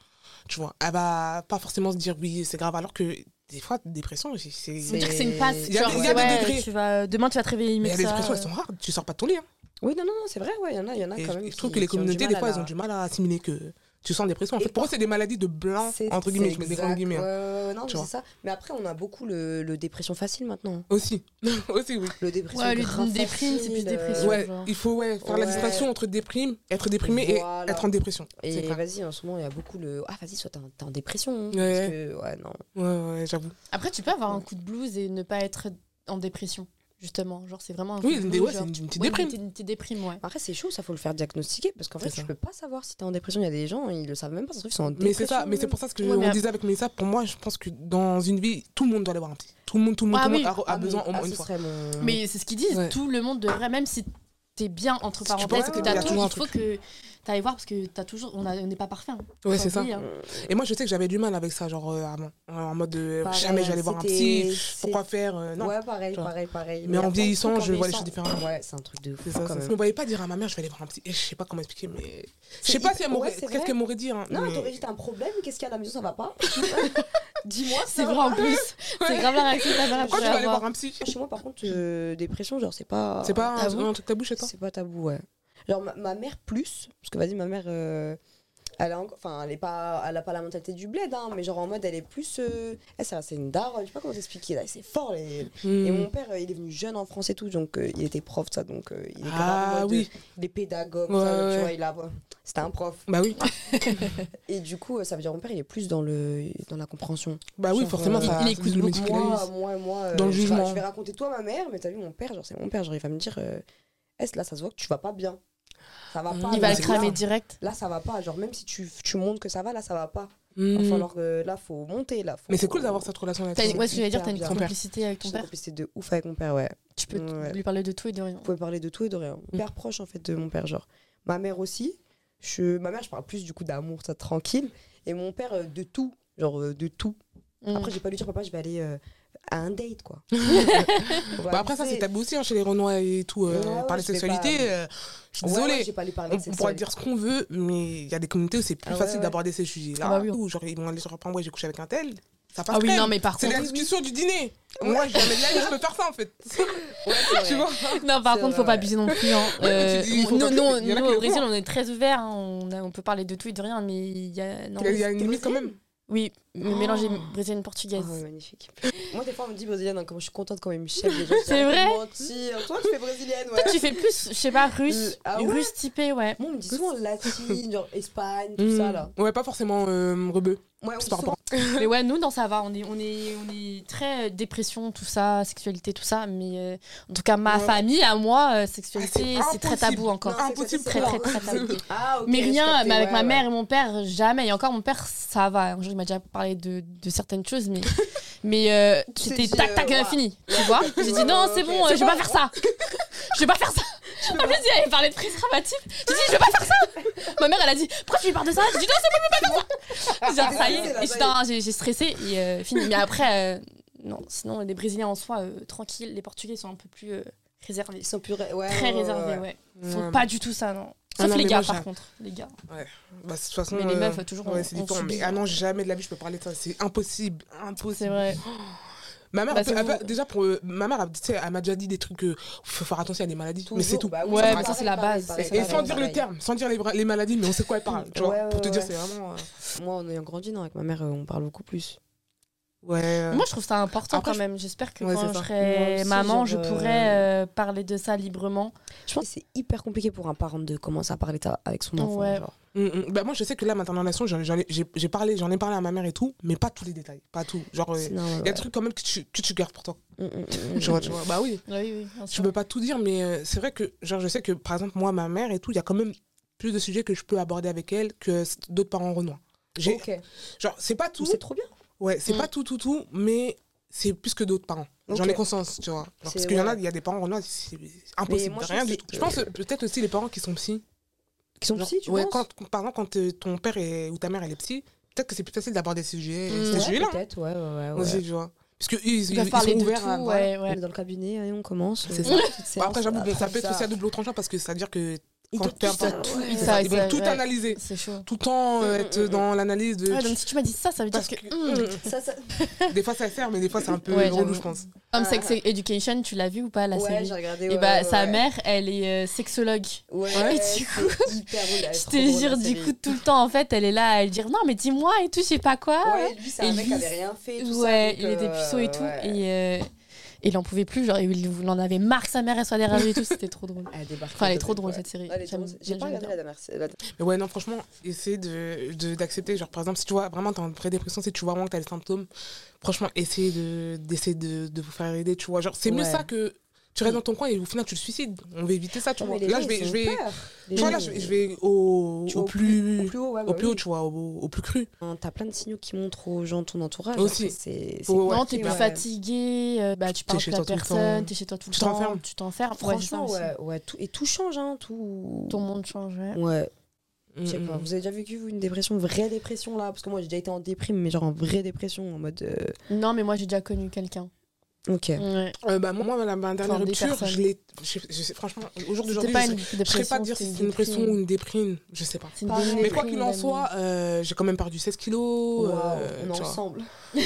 A: Tu vois, elle va pas forcément se dire, oui, c'est grave. Alors que des fois, dépression, c'est.
C: C'est
A: c'est-
C: dire que c'est une passe.
B: Il y a
C: genre,
B: des- il y a des
C: ouais,
A: degrés.
C: tu vas, demain, tu vas te réveiller
A: Mais
C: mieux
A: les
C: que ça.
A: dépressions, elles
C: euh.
A: sont rares. Tu sors pas de ton lit. hein.
B: Oui, non, non, non, c'est vrai. Ouais, il y en a, il y en a
A: Et
B: quand même.
A: je trouve
B: qui-
A: que les
B: qui ont du
A: communautés,
B: mal
A: des
B: à
A: fois, elles
B: la-
A: ont du mal à assimiler que tu sens en dépression. En
B: Et
A: fait, pour eux, c'est des maladies de blanc,
B: C'est-
A: entre guillemets. Je
B: c'est
A: mets des grandes
B: exact,
A: guillemets. hein.
B: Ouais, ouais, ouais, non,
A: Tu
B: mais
A: vois.
B: c'est ça. Mais après, on a beaucoup le, le dépression facile maintenant.
A: Aussi. Aussi, oui.
B: Le dépression
C: Ouais, le-
B: grave
C: une déprime, c'est plus
B: facile, euh,
C: dépression.
A: Ouais,
C: genre.
A: il faut ouais, faire la
B: Ouais.
A: distinction entre déprime, être déprimé et
B: Voilà.
A: être en dépression. C'est
B: Et
A: clair.
B: vas-y, en ce moment, il y a beaucoup le. Ah, vas-y, soit t'es en- t'es en dépression. hein,
A: Ouais.
B: Parce que, ouais, non.
A: Ouais, ouais, j'avoue.
C: Après, tu peux avoir un coup de blues et ne pas être en dépression, justement. Genre, c'est vraiment un coup
A: Oui,
C: de
A: une,
C: blues,
A: ouais, c'est
C: genre.
A: une, une petite
C: Ouais,
A: déprime.
C: une petite déprime, ouais.
B: Après, c'est chaud, ça faut le faire diagnostiquer parce qu'en
A: C'est
B: fait, tu
A: ça.
B: peux pas savoir si t'es en dépression. Il y a des gens, ils le savent même pas, ça se trouve, ils sont en dépression.
A: Mais c'est ça, mais c'est
B: même.
A: pour ça ce que
C: Ouais,
A: on
C: mais-
A: disait avec Mélissa, pour moi, je pense que dans une vie, tout le monde doit l'avoir un petit. Tout le monde, tout le monde,
C: Ah
A: tout le
C: oui.
A: monde a, a
B: Ah, mais-
A: besoin au
B: ah,
A: moins
B: ce
A: une fois.
B: serait mon-
C: Mais c'est ce qu'ils disent,
A: Ouais.
C: tout le monde devrait, même si t'es bien entre
A: Si tu
C: parenthèses,
B: penses
C: que
B: qu'il y
C: t'as
B: a
C: tout,
A: toujours un
C: il faut que t'ailles voir parce que t'as toujours, on a- on n'est pas parfait. hein.
A: Ouais,
C: Faut
A: c'est ça.
C: oublier, hein.
A: Et moi, je sais que j'avais du mal avec ça, genre euh, avant. En mode euh,
B: Pareil,
A: jamais j'allais voir un
B: Bah, c'était-
A: psy,
B: c'est-
A: pourquoi faire euh, Non.
B: Ouais, pareil,
A: Tu vois.
B: pareil, pareil.
A: Mais en
B: après,
A: vieillissant,
B: truc en
A: je vois les choses
B: vieillissant,
A: différemment.
B: hein. Ouais, c'est un truc de fou.
A: C'est ça,
B: quand
A: c'est ça.
B: même.
A: Je ne voyais pas dire à ma mère, je vais aller voir un psy. Et je sais pas comment expliquer, mais. Je
B: C'est
A: sais pas si
B: hyper-
A: elle m'aurait.
B: ouais, c'est
A: Qu'est-ce
B: vrai.
A: qu'elle m'aurait dit hein,
B: Non,
A: mais-
B: elle t'aurait dit, t'as un problème, qu'est-ce qu'il y a à la maison, ça va pas Dis-moi,
C: C'est
B: ça
C: vrai
B: va
C: en plus. C'est grave la réaction que la
A: Pourquoi tu
C: mère pourrait
A: vas aller
C: avoir.
A: voir un psy
B: Chez moi, par contre, euh, dépression, genre, c'est pas.
A: C'est pas
C: tabou.
A: un, un truc hein. tabou chez toi
B: C'est pas tabou, ouais. Genre, ma, ma mère, plus, parce que vas-y, ma mère, euh, elle a enco- enfin, elle est pas, elle a pas la mentalité du bled, hein, mais genre en mode, elle est plus, euh, elle, c'est c'est une daronne, je sais pas comment t'expliquer, là, c'est fort. les- Et
A: Hmm.
B: mon père, euh, il est venu jeune en France et tout, donc euh, il était prof, ça, donc euh, il est grave en
A: Ah
B: mode,
A: oui,
B: euh, il est pédagogue,
A: Ouais,
B: ça,
A: ouais.
B: tu vois, il a, c'était un prof.
A: bah oui,
B: Et du coup, euh, ça veut dire mon père, il est plus dans le, dans la compréhension.
A: bah oui,
B: Genre,
A: forcément,
B: euh,
A: ça
C: il écoute
A: le
C: beaucoup hein,
A: métier qu'il a eu.
B: moi, moi, moi, euh,
A: Dans le
B: je vais-
A: jugement.
B: Je vais raconter toi ma mère, mais t'as vu mon père, genre c'est mon père, genre il va me dire, euh, est-ce là ça se voit que tu vas pas bien, ça va pas.
C: Il va
B: là,
C: le
A: c'est
C: cramer
B: là,
C: direct.
B: Là ça va pas, genre même si tu, tu montres que ça va, là ça va pas.
A: Mm.
B: Enfin alors que là faut monter là. Faut...
A: Mais c'est cool d'avoir cette relation là
C: euh, T'as une- Ouais, ce que j'allais dire, t'as une
B: Bien.
C: petite complicité avec ton
B: J'étais
C: père.
B: complicité de ouf avec mon père, ouais.
C: Tu peux t-
B: Ouais.
C: lui parler de tout et de rien.
B: Vous pouvez parler de tout et de rien.
A: Mm.
B: Hyper proche en fait de mon père, genre. Ma mère aussi. Je... Ma mère, je parle plus du coup d'amour, ça tranquille. Et mon père euh, de tout, genre euh, de tout. Après,
A: Mm.
C: Après,
B: je vais pas lui dire, papa, je vais aller euh, à un date, quoi. On va
A: Bah après, ça,
B: abuser.
A: c'est tabou aussi hein, chez les Renois et tout. euh,
B: Ouais, ouais,
A: parler de
B: je vais
A: sexualité,
B: pas-
A: euh, je suis
B: Ouais,
A: désolée.
B: ouais, j'ai pas allé parler
A: on
B: de cette
A: pourra
B: seule.
A: dire ce qu'on veut, mais il y a des communautés où c'est plus
B: Ah ouais,
A: facile
B: ouais.
A: d'aborder ces sujets-là.
C: Ah bah oui.
A: Ou genre, ils vont aller sur un point, ouais, j'ai couché avec un tel. Ça passe
C: ah oui,
A: crème.
C: non, mais par
A: C'est
C: contre.
A: la discussion du dîner. Moi, jamais de la vie, je peux faire ça en fait.
B: Ouais, c'est vrai.
A: Tu vois
C: Non, par
B: C'est
C: contre, faut pas
B: vrai.
C: abuser non plus. hein.
A: Ouais,
C: Euh,
A: tu dis, faut
C: on-
A: pas
C: Nous,
A: que-
C: nous,
A: il y en a
C: nous,
A: qui le
C: au Brésil,
A: font.
C: on est très ouverts. hein. On a- on peut parler de tout et de rien, mais il y a. non.
A: Il y a- il y a une
B: T'es
A: limite quand
B: brésilienne
A: même.
C: Oui, mais
B: Oh.
C: mélanger brésilienne
B: Ah
C: portugaise.
B: ouais, magnifique. Moi, des fois, on me dit brésilienne, hein, comment je suis contente quand même, Michel. les gens,
C: C'est
B: arrêtent de
C: vrai
B: mentir. Toi, tu fais brésilienne, ouais.
C: Toi, tu fais plus, je sais pas, russe,
B: Ah ouais
C: russe typé, ouais.
B: Moi, on me dit souvent latine, genre Espagne, tout
A: Mm.
B: ça, là.
A: Ouais, pas forcément euh, rebeu.
B: Ouais, on
A: C'est
B: dit
A: par
B: souvent-
A: rapport.
C: Mais ouais, nous, dans ça va, on est, on est, on est très euh, dépression, tout ça, sexualité, tout ça. Mais euh, en tout cas, ma
A: Ouais.
C: famille, à moi, euh,
A: Ah,
C: sexualité,
A: c'est
C: c'est très
A: impossible.
C: tabou encore.
B: Non, c'est que
A: Impossible
B: ça,
C: très,
B: c'est
C: très,
B: ça.
C: très tabou.
B: Ah, ok,
C: mais rien,
B: respecté,
C: mais avec
B: ouais,
C: ma
B: ouais.
C: mère et mon père, jamais. Et encore, mon père, ça va. Un jour, il m'a déjà parlé de, de certaines choses, mais, mais euh,
B: Tu t'es
C: c'était
B: dit,
C: tac,
B: euh,
C: tac,
B: ouah.
C: fini. Tu vois J'ai dit,
B: Ouais,
C: non,
B: ouais,
C: c'est
B: ok.
C: bon, euh,
B: C'est
C: je
B: bon.
C: vais pas faire ça. Je vais pas faire ça. En plus, il avait parlé de prise traumatique. J'ai dit, je vais pas faire ça. Ma mère, elle a dit, pourquoi tu lui parles de ça J'ai dit, non, c'est bon, je vais pas faire ça. Genre, ça y
B: Ah, c'est là,
C: est, Et
B: ça
C: putain, j'ai j'ai stressé et euh, fini. Mais après, euh, non, sinon, les Brésiliens en soi, euh, tranquilles, les Portugais sont un peu plus euh, réservés.
B: Ils sont plus ré- ouais,
C: Très
B: ouais, ouais,
C: réservés,
B: ouais.
C: ouais. Ils sont
A: Ouais.
C: pas du tout ça, non.
A: Ah
C: Sauf
A: non,
C: les
A: mais
C: gars,
A: moi, j'ai-
C: par contre, les gars.
A: Bah, de toute façon.
C: Mais les
A: euh,
C: meufs, toujours,
A: Ouais,
C: on-
A: c'est
C: on
A: différent.
C: subit.
A: Mais ah non, jamais de la vie, je peux parler de ça. C'est impossible. Impossible.
C: C'est vrai.
A: Ma mère,
C: Bah,
A: elle peut-
C: c'est
A: elle
C: vous-
A: peut- déjà, pour, euh, ma mère, elle, tu sais, elle m'a déjà dit des trucs. euh, faut faire attention à des maladies. mais c'est
B: Toujours,
A: tout.
B: bah oui,
C: Ouais,
B: pareil,
C: mais ça, c'est la
B: pareil,
C: base,
B: pareil,
C: c'est
A: Et
C: ça,
A: sans
B: pareil,
A: dire le
B: pareil. Mm,
A: terme, sans dire les, bra- les maladies, mais on sait de quoi elle parle. Tu vois,
B: Ouais, ouais,
A: pour te dire,
B: ouais.
A: c'est vraiment. euh,
B: Moi, en ayant grandi, non, avec ma mère, euh, on parle beaucoup plus.
A: Ouais. euh,
C: Moi, je trouve ça important
A: Après,
C: quand
A: je-
C: même. J'espère que
A: Ouais,
C: quand
A: c'est
C: je
A: ça.
B: Moi
C: serai
B: aussi,
C: maman, je
B: genre, euh,
C: pourrai euh, parler de ça librement.
B: Je pense que c'est hyper compliqué pour un parent de commencer à parler de ça avec son enfant.
C: Ouais.
B: genre.
A: mm, mm. Bah, moi, je sais que là, ma relation, j'en- j'en ai- j'ai j'ai parlé, j'en ai parlé à ma mère et tout, mais pas tous les détails. Pas tout. Genre, euh,
B: C'est
A: il
B: normal,
A: y a
B: ouais.
A: des trucs quand même que tu, que tu gardes pour toi.
B: Mm, mm, mm,
A: Tu vois, tu vois. Bah oui.
C: Oui, oui, bien
A: Je
C: sûr.
A: peux pas tout dire, mais euh, c'est vrai que, genre, je sais que, par exemple, moi, ma mère et tout, il y a quand même plus de sujets que je peux aborder avec elle que s- d'autres parents renois.
B: mm.
A: J'ai-
B: Ok.
A: Genre, c'est pas
B: Mais
A: tout.
B: C'est trop bien.
A: Ouais, c'est
C: Mm.
A: pas tout, tout, tout, mais c'est plus que d'autres parents. J'en
B: Ok.
A: ai conscience, tu vois. Genre,
B: C'est-
A: parce qu'il y en a,
B: ouais.
A: il y a des parents renois, c'est impossible.
B: moi, je
A: rien
B: trouve
A: du
B: que
A: tout.
B: c'est-
A: Je pense euh, peut-être aussi les parents qui sont psy.
B: Qui sont
A: Genre,
B: psy, tu
A: ouais,
B: penses
A: quand, par exemple, quand euh, ton père est- ou ta mère elle est psy, peut-être que c'est plus facile d'aborder ces sujets,
C: Mm.
A: ces
B: Ouais,
A: sujets-là. hein,
B: Peut-être, ouais, ouais, ouais, ouais.
A: aussi, tu vois. Parce qu'ils ils,
C: Ils
A: ils
C: peuvent
A: sont
C: parler de
A: ouverts
C: tout,
A: à. voilà.
C: ouais,
B: On
C: ouais.
B: est dans le cabinet, allez, on commence.
A: C'est
B: euh,
A: ça.
B: petite
A: Bon, après,
B: séance,
A: j'avoue, bon,
B: ah,
A: ça peut être
B: ça.
A: aussi à double tranchant parce que ça veut dire que.
B: Ils
A: quand
B: te-
A: t'es
B: ils
A: un
B: te-
A: parent-
B: ouais.
C: Ils
A: c'est
C: savent,
A: ça, Ils vont
C: savent,
A: tout
C: ouais.
A: analyser.
C: C'est chaud.
A: tout le temps euh,
B: Mm,
A: être
B: mm, mm.
A: dans l'analyse de.
C: Ouais, donc si tu m'as dit ça, ça veut dire
A: Parce
C: que.
A: que, euh,
C: hum,
B: Ça, ça-
A: mm, des fois ça sert, mais des fois c'est un peu
C: Ouais,
A: relou,
C: j'avoue.
A: je pense.
C: Home Sex Education, tu l'as vu ou pas la
B: Ouais,
C: série
B: j'ai regardé.
C: Et
B: ouais,
C: bah,
B: ouais,
C: sa
B: ouais.
C: mère, elle est euh, sexologue.
B: Ouais,
C: Et du coup,
B: c'est hyper drôle, elle est
C: Je
B: trop
C: te
B: drôle,
C: jure,
B: la
C: du
B: série.
C: coup, tout le temps, en fait, elle est là à lui dire non, mais dis-moi et tout, je sais pas quoi.
B: Ouais, lui, c'est
C: Et
B: un mec
C: lui,
B: qui avait rien fait. et tout ça,
C: Ouais,
B: donc,
C: il était
B: euh,
C: puceau et tout.
B: ouais.
C: Et euh, il en pouvait plus, genre, il il en avait marre que sa mère, elle soit derrière lui et tout, c'était trop drôle.
B: Elle débarque.
C: Enfin, elle est
B: dans
C: trop
B: le-
C: drôle
B: ouais.
C: cette série.
B: Elle est
C: J'aime-
B: drôle. J'ai pas
C: j'aime
B: regardé
C: bien.
B: la dernière. c'est la-
A: Mais ouais, non, franchement, essayer d'accepter. De, d'accepter Genre, par exemple, si tu vois vraiment t'es en dépression, si tu vois vraiment que t'as les symptômes, franchement, essayer de, d'essayer de, de vous faire aider, tu vois. Genre, c'est mieux
B: Ouais.
A: ça que tu restes dans ton coin et au final tu te suicides. On va éviter ça, tu
B: Non, mais
A: vois.
B: les
A: Là,
B: gens,
A: je vais.
B: ils
A: Je
B: ont
A: vais
B: peur. Les
A: tu vois,
B: gens,
A: là, je,
B: ils-
A: je vais au,
B: tu-
A: au, plus.
B: Au plus haut, ouais.
A: Au
B: bah
A: plus haut,
B: oui.
A: tu vois, au, au plus cru.
B: T'as plein de signaux qui montrent aux gens de ton entourage.
A: Aussi.
B: après, C'est. c'est
A: Ouais, ouais.
C: Non, t'es plus
B: Ouais.
C: fatigué, euh, bah, tu parles
A: chez
C: plus à
A: toi tout le
C: personne,
A: temps.
C: t'es chez toi tout le
A: Tu
C: temps.
A: t'enfermes.
C: Tu t'enfermes. Ouais, c'est ça
B: Franchement,
C: aussi.
B: ouais, ouais, tout- et tout change, hein, tout.
C: Ton monde change, ouais.
B: Ouais, je sais
A: Mm,
B: pas.
A: mm.
B: Vous avez déjà vécu vous, une dépression, vraie dépression là Parce que moi j'ai déjà été en déprime, mais genre en vraie dépression, en mode. euh,
C: Non, mais moi, j'ai déjà connu quelqu'un.
B: Ok.
C: Ouais.
A: Euh, bah, moi, la, ma dernière
C: Enfin, des
A: rupture,
C: personnes.
A: je l'ai. je- je sais- franchement, au jour
C: C'était
A: d'aujourd'hui,
C: pas
A: je,
C: une
A: sais- je
C: dépression.
A: sais pas dire si c'est une
C: déprime.
A: dépression ou une déprime. Je sais pas.
C: C'est une
B: Pareil.
C: déprime,
A: Mais quoi
C: une
A: qu'il en
C: déprime.
A: soit, euh, j'ai quand même perdu 16 kilos.
B: Waouh,
A: euh,
B: on est
A: tu vois.
B: ensemble.
A: Euh,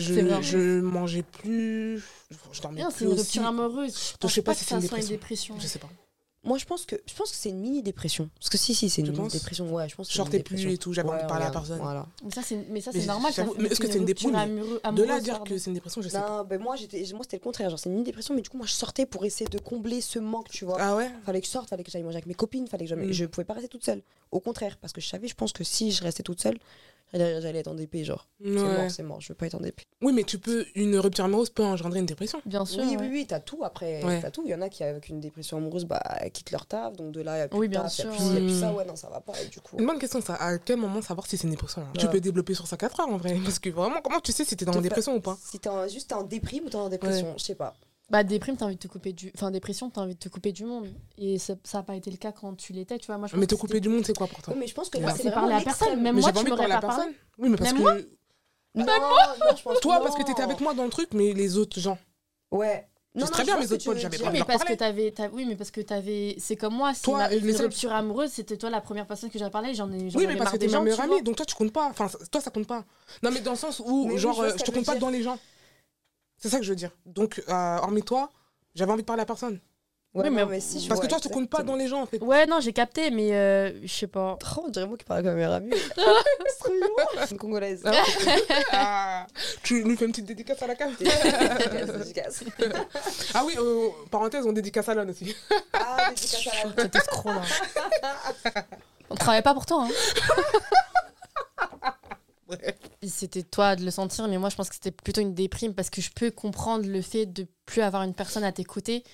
C: C'est vrai.
A: je, je mangeais plus, je dormais
C: Non, c'est
A: plus
C: une
A: aussi.
C: rupture amoureuse.
A: Je sais pas
C: que
A: si c'est
C: ça
A: une
C: soit une dépression.
A: Je sais pas.
B: Moi je pense que je pense que c'est une mini dépression. Parce que si si c'est une
A: Tu
B: mini
A: penses
B: dépression. Ouais, je pense. que
A: Je
B: c'est une
A: sortais
B: dépression.
A: plus et tout, j'avais envie
B: Ouais,
A: de parler à
B: ouais,
A: personne.
B: Voilà.
C: Mais ça, c'est mais ça,
A: Mais
C: c'est normal. ça
A: j'avoue,
C: fait
A: mais est-ce que c'est une
C: rupture
A: déprime
C: amoureux-
A: De
C: amoureuse,
A: là à dire
C: pardon.
A: que c'est une dépression, je sais pas.
B: Non, ben moi j'étais moi c'était le contraire, genre c'est une mini dépression mais du coup moi je sortais pour essayer de combler ce manque, tu vois.
A: Ah ouais
B: Fallait que je sorte, fallait que j'aille manger avec mes copines, fallait que je...
A: Mm.
B: je pouvais pas rester toute seule. Au contraire, parce que je savais, je pense que si je restais toute seule, j'allais j'allais être en DP, genre. C'est
A: Ouais.
B: mort, c'est mort, je veux pas être en DP.
A: Oui, mais tu peux, une rupture amoureuse peut engendrer une dépression.
C: Bien sûr.
B: oui,
C: ouais.
B: oui, oui, t'as tout après,
A: Ouais.
B: t'as tout. Il y en a qui, avec une dépression amoureuse, bah, quittent leur taf, donc de là, y a plus
C: Oui,
B: de
C: bien
B: taf,
C: sûr,
B: y a plus, ci, y a plus ça,
A: ouais.
B: ouais, non, ça va pas, et du coup.
A: Une bonne question, ça. À quel moment savoir si c'est une dépression hein Tu
B: Ouais.
A: peux développer sur ça 4 heures en vrai. Parce que vraiment, comment tu sais si t'es dans
B: Te
A: une
B: fa-
A: dépression ou pas
B: Si t'es en- juste t'es en déprime ou t'es en dépression, je sais pas.
C: Bah déprime, t'as envie de te couper du, enfin dépression, t'as envie de te couper du monde. Et ça, ça a pas été le cas quand tu l'étais, tu vois. Moi, je pense
A: Mais te
C: que
A: couper
C: c'était-
A: du monde, c'est quoi pour toi
B: Oui, mais je pense que
A: Ouais.
B: là, c'est
C: C'est
B: vraiment
C: parler à
B: l'extrême.
C: personne, même
A: Mais
C: moi,
A: j'avais
C: tu
A: envie de
C: m'aurais
A: parler à
C: pas parlé.
A: personne. Oui, mais parce
C: Même
A: que.
B: Non, non, je pense
A: Toi,
B: que
A: parce que t'étais
B: non.
A: avec moi dans le truc, mais les autres gens.
B: Ouais.
A: C'est très
B: je
A: bien,
B: vois
A: mes
B: ce que
A: autres
B: tu veux
A: potes, j'avais
B: dire.
A: pas
C: Oui,
A: envie
C: mais
A: leur
C: parce que
A: parler.
C: t'avais, t'as- oui, mais parce que t'avais, c'est comme moi, si
A: Toi,
C: ma-
A: les
C: une
A: seuls-
C: rupture amoureuse, c'était toi la première personne que j'avais parlé, j'en ai, j'en
A: Oui,
C: avais
A: mais parce
C: marre
A: que
C: des
A: t'es ma
C: gens, tu
A: meilleure
C: vois.
A: amie, donc toi tu comptes pas. Enfin, ça- toi ça compte pas. Non, mais dans le sens où,
B: Mais oui, je
A: genre,
B: vois
A: euh,
B: ce
A: je te
B: qu'elle
A: compte
B: veut
A: pas
B: dire.
A: dans les gens. C'est ça que je veux dire. Donc, euh, hormis toi, j'avais envie de parler à personne.
B: Ouais,
C: Oui, mais-
B: non, mais si, je
A: Parce que toi,
B: vois
A: je te compte pas dans les gens en fait.
C: Ouais, non, j'ai capté, mais euh, je sais pas.
B: exactement. Oh, on dirait moi qui parle comme un ami. c'est trop mignon. C'est Une congolaise.
A: Ah, tu lui fais une petite dédicace à la cave.
B: Dédicace, dédicace.
A: Ah oui, euh, parenthèse, on dédicace à l'âne aussi.
B: Ah, dédicace à la-
C: Cet escroc là. On travaille pas pour toi. Hein.
A: Ouais.
C: C'était toi de le sentir, mais moi je pense que c'était plutôt une déprime parce que je peux comprendre le fait de plus avoir une personne à tes côtés,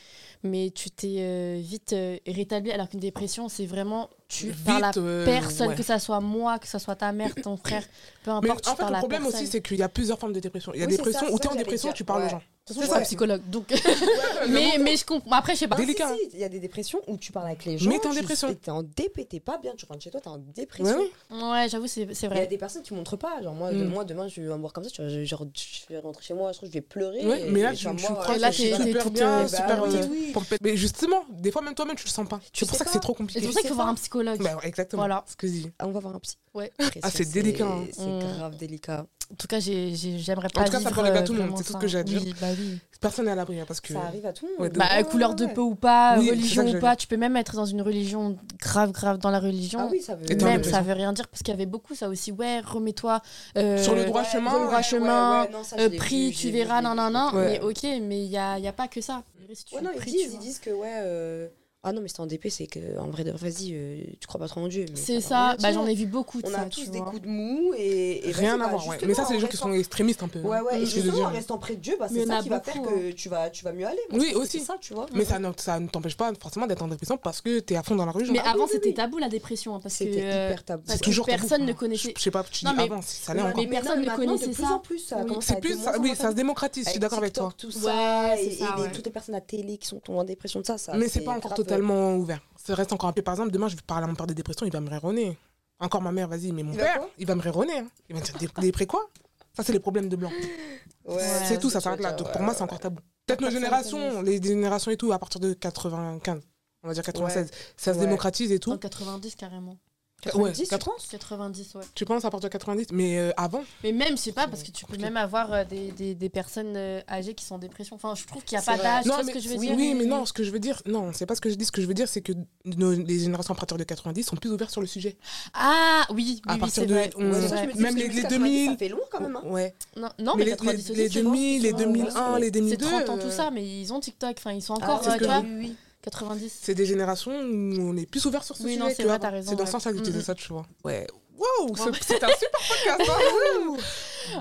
C: mais tu t'es euh, vite euh, rétabli. Alors qu'une dépression, c'est vraiment tu parles à
A: Vite, euh,
C: personne,
A: ouais.
C: que ça soit moi, que ça soit ta mère, ton frère, peu
A: Mais
C: importe.
A: en
C: tu
A: fait,
C: parles
A: le
C: à
A: problème
C: personne.
A: aussi, c'est qu'il y a plusieurs formes de dépression. Il y a
B: Oui,
A: des
B: c'est ça,
A: dépressions où t'es
B: c'est ça
A: en
B: que j'allais
A: dépression,
B: dire.
A: tu parles aux
B: Ouais.
A: gens.
C: C'est ça,
B: Ouais.
C: psychologue. Donc, mais mais je comprends. Après, je sais pas.
B: Non,
A: Délicat.
B: si, si, Il y a des dépressions où tu parles avec les gens.
A: Mais t'es en
B: tu-
A: dépression.
B: T'es en DP, t'es pas bien, tu rentres chez toi, t'es en
A: Ouais,
B: dépression.
A: oui.
C: Ouais, j'avoue, c'est c'est
B: Il y a
C: vrai.
B: des personnes qui montrent pas. Genre, moi,
A: Mm.
B: moi demain, je vais un boire comme ça, tu vois, je- genre, je vais rentrer chez moi, je trouve que je vais pleurer.
A: Ouais,
B: et-
A: mais là,
B: et
A: tu,
B: genre,
A: tu
B: moi,
A: crois
C: Et là,
A: que
B: je
A: tu
B: suis
C: t'es-
A: es
B: pas-
C: t'es
A: super
C: toute,
A: bien,
C: euh,
A: super.
B: bah oui,
A: euh,
B: oui.
A: pompette. Mais justement, des fois, même toi-même, tu le sens pas.
B: Tu
A: C'est pour
B: sais
A: ça que c'est
B: pas.
A: trop
C: Et C'est
A: compliqué.
C: pour ça
B: Je
C: qu'il
B: sais
C: faut voir
B: pas.
C: un psychologue.
A: Bah, exactement.
C: Voilà.
A: Ce que je dis.
B: Ah, on va voir un psy.
C: Ouais.
B: Dépression,
A: c'est délicat, hein.
B: C'est
C: Mm.
B: grave délicat.
C: En tout cas, j'ai- j'ai- j'aimerais pas.
A: En tout cas, ça
C: vivre,
A: arrive à
C: euh,
A: tout le monde,
C: vraiment
A: c'est tout ce
C: ça.
A: que j'ai à dire.
C: Oui, bah oui.
A: Personne n'est à l'abri, hein, parce que.
B: Ça arrive à tout le
A: Ouais,
B: monde.
A: de-
C: Bah,
B: Ouais,
C: couleur de
B: ouais.
C: peau ou pas,
A: Oui, c'est ça
C: religion
A: que
C: ou
A: j'allais
C: pas, tu peux même être dans une religion grave, grave dans la religion.
B: Ah oui, ça veut.
A: Et dans
C: Même
A: les
C: ça veut rien dire parce qu'il y avait beaucoup ça aussi. Ouais, remets-toi euh,
A: Sur le droit
B: Ouais,
A: chemin,
B: ouais,
A: le
C: droit
B: ouais,
C: chemin,
B: ouais, non, ça, je
C: euh,
B: l'ai
C: pris,
B: vu, je
C: tu
B: l'ai vu,
C: verras,
B: je l'ai
C: nan
B: vu,
C: nan
B: je l'ai vu.
C: nan. Mais ok, mais il y a, il y a pas que ça. Si tu
B: Ouais, non, ils
C: pries, tu
B: disent, ils
C: vois.
B: disent que ouais, euh, ah non, mais c'était en DP, c'est que en vrai, de- vas-y, euh, tu crois pas trop en Dieu. mais
C: C'est
B: va rien
C: ça. Bah
B: dire.
C: j'en ai vu beaucoup de
B: On
C: ça.
B: a
C: tu
B: tous des
C: vois.
B: coups de mou et,
A: Rien
B: et vas-y,
A: à
B: bah,
A: voir, ouais. Mais ça, c'est les gens qui
B: justement,
A: sont extrémistes un peu. hein.
B: Ouais, ouais, et
A: Je suis
B: justement, en
A: désolée.
B: restant près de Dieu, bah,
C: Mais
B: c'est
C: on
B: ça
C: a
B: qui va
C: beaucoup,
B: faire que tu vas, tu vas mieux aller. Moi,
A: Oui,
B: je pense que
A: aussi.
B: C'est ça, tu vois.
A: Mais ça, ne- ça ne t'empêche pas forcément d'être en dépression parce que t'es à fond dans la religion.
C: Mais
B: Ah oui,
C: avant
B: oui,
C: c'était
B: oui.
C: tabou la dépression hein, parce que
B: C'était
C: euh,
B: hyper tabou.
C: parce que
A: toujours tabou.
C: personne ne
A: je,
C: connaissait.
A: je sais pas, tu dis
C: Non, mais-
A: avant, si ça l'est
C: Ouais,
A: encore.
C: mais personne ne connaissait
B: de plus
C: ça.
B: en plus, ça
C: Oui.
B: commence à
A: C'est
B: être
A: plus,
B: de
A: ça,
B: moins en
A: oui,
B: moins
A: ça se démocratise, je suis
B: avec
A: d'accord avec toi.
B: TikTok, tout
C: Ouais,
B: ça,
C: c'est
B: et,
C: ça,
B: et les-
C: ouais.
B: toutes les personnes à télé qui sont tombées en dépression de ça, ça.
A: Mais c'est pas encore
B: grave.
A: totalement ouvert. Ça reste encore un peu. Par exemple, demain, je vais parler à mon père des dépressions, il va me rironner. Encore ma mère, vas-y, mais mon
B: Il va
A: père,
B: quoi
A: il va me rironner. hein. Il va me dire des, des pré quoi Ça, c'est les problèmes de blanc.
B: Ouais,
A: Ah, c'est tout, ça
B: tu vois,
A: s'arrête là. Donc
B: ouais,
A: pour moi,
B: ouais,
A: c'est encore tabou. Peut-être nos
C: Personne
A: générations,
C: connaît.
A: les générations et tout, à partir de 95, on va dire 96, ça se
B: Ouais.
A: démocratise et tout.
C: en 90 carrément.
A: Ouais,
B: 90, tu
A: quatre-
B: penses
C: 90 ouais.
A: tu penses à partir de 90, mais euh, avant,
C: Mais même je sais pas parce que tu peux
A: compliqué.
C: même avoir euh, des, des, des personnes euh, âgées qui sont en dépression. Enfin je trouve qu'il y a
B: C'est
C: pas
B: vrai.
C: d'âge. Ah, tu
A: Non,
C: vois
A: mais,
C: ce que je veux
A: oui,
C: dire
A: oui, mais non, ce que je veux dire, non, c'est pas ce que je dis. Ce que je veux dire, c'est que nos- les générations à partir de 90 sont plus ouvertes sur le sujet.
C: Ah oui.
A: À
C: oui, oui,
A: partir
C: c'est
A: de-
C: vrai.
A: on-
C: C'est
B: Ouais, ça,
C: vrai.
B: je me dis,
A: Même
B: parce que
A: les-
B: plus
A: les
B: 90,
A: 2000.
B: Ça fait long quand même. hein.
A: Ouais.
C: Non, non,
A: mais
C: mais,
A: les,
C: 90
A: les- les 2000, les 2001, les
C: hein. C'est
A: 2002.
C: 30 ans,
A: euh,
C: tout ça, mais ils ont TikTok, enfin, ils sont
B: Ah,
C: encore,
A: c'est ce
C: euh,
A: que je
C: tu vois,
B: oui, oui.
C: 90.
A: C'est des générations où on est plus ouvert sur ce
C: Oui,
A: sujet.
C: non,
A: que
C: c'est vrai,
A: avant.
C: t'as raison,
A: C'est dans ce
C: ouais.
A: sens-là que j'utilisais
C: Mm,
A: ça, tu vois. Ouais. Wow, ce- c'est un super podcast. hein, wow.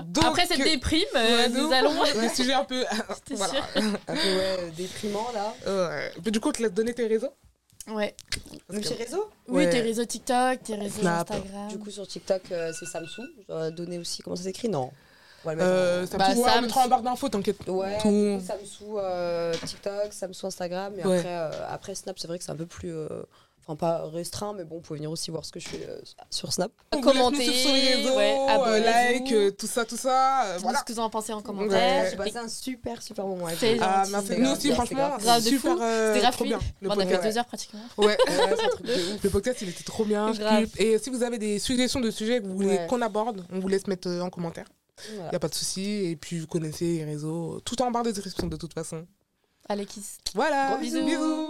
A: Donc,
C: bah. Après cette déprime, euh,
A: ouais, de
C: nous
A: ouf.
C: allons.
A: Le sujet un peu.
C: C'était
A: voilà.
C: sûr.
B: Un peu ouais, euh, déprimant là.
A: Ouais. Mais du coup, tu laisses donner tes réseaux
C: Ouais.
A: Parce
B: Même
A: que-
B: chez réseau.
A: Ouais.
C: Oui, tes réseaux TikTok, tes réseaux
A: Snap.
C: Instagram.
B: Du coup, sur TikTok, euh, c'est Samsung. Je dois donner aussi comment ça s'écrit Non. On va le mettre
A: Euh,
B: en-
A: ça
C: Bah,
A: peut- ouais,
C: ça
A: on
C: me-
A: mettra en barre d'infos, t'inquiète.
B: Ouais,
A: Tout-
B: du coup, Samsung euh, TikTok, Samsung Instagram. Et
A: Ouais.
B: après, euh, après Snap, c'est vrai que c'est un peu plus. euh, Enfin, pas restreint, mais bon, vous pouvez venir aussi voir ce que je fais euh, sur Snap.
C: À
A: Vous laissez-nous
C: commenter,
A: sur les réseaux,
C: ouais,
A: euh,
C: abonnez-vous.
A: like, euh, tout ça, tout ça. euh,
C: Dites-nous
A: voilà.
C: ce que vous en pensez en
A: Ouais.
C: commentaire.
B: J'ai passé un super, super moment avec
C: C'est
B: vous.
C: gentil.
A: Ah,
C: gentil,
A: merci.
B: c'est
A: Nous
B: grave,
A: aussi,
B: c'est
A: franchement,
B: grave.
C: Grave de
A: super,
C: fou.
A: euh,
C: C'était
A: trop
C: graphique.
A: bien. Le
C: on a fait
A: podcast.
C: deux heures pratiquement.
A: Ouais.
B: Ouais, c'est un truc Ah, de ouf.
A: Le podcast, il était trop bien. je
C: Grave.
A: kiffe. Et si vous avez des suggestions de sujets que vous voulez
B: Ouais.
A: qu'on aborde, on vous laisse mettre euh, en commentaire. Il
B: Voilà.
A: n'y a pas de souci. Et puis, vous connaissez les réseaux. Tout en barre de description, de toute façon.
C: Allez, kiss.
A: Voilà.
C: Gros bisous.
A: bisous.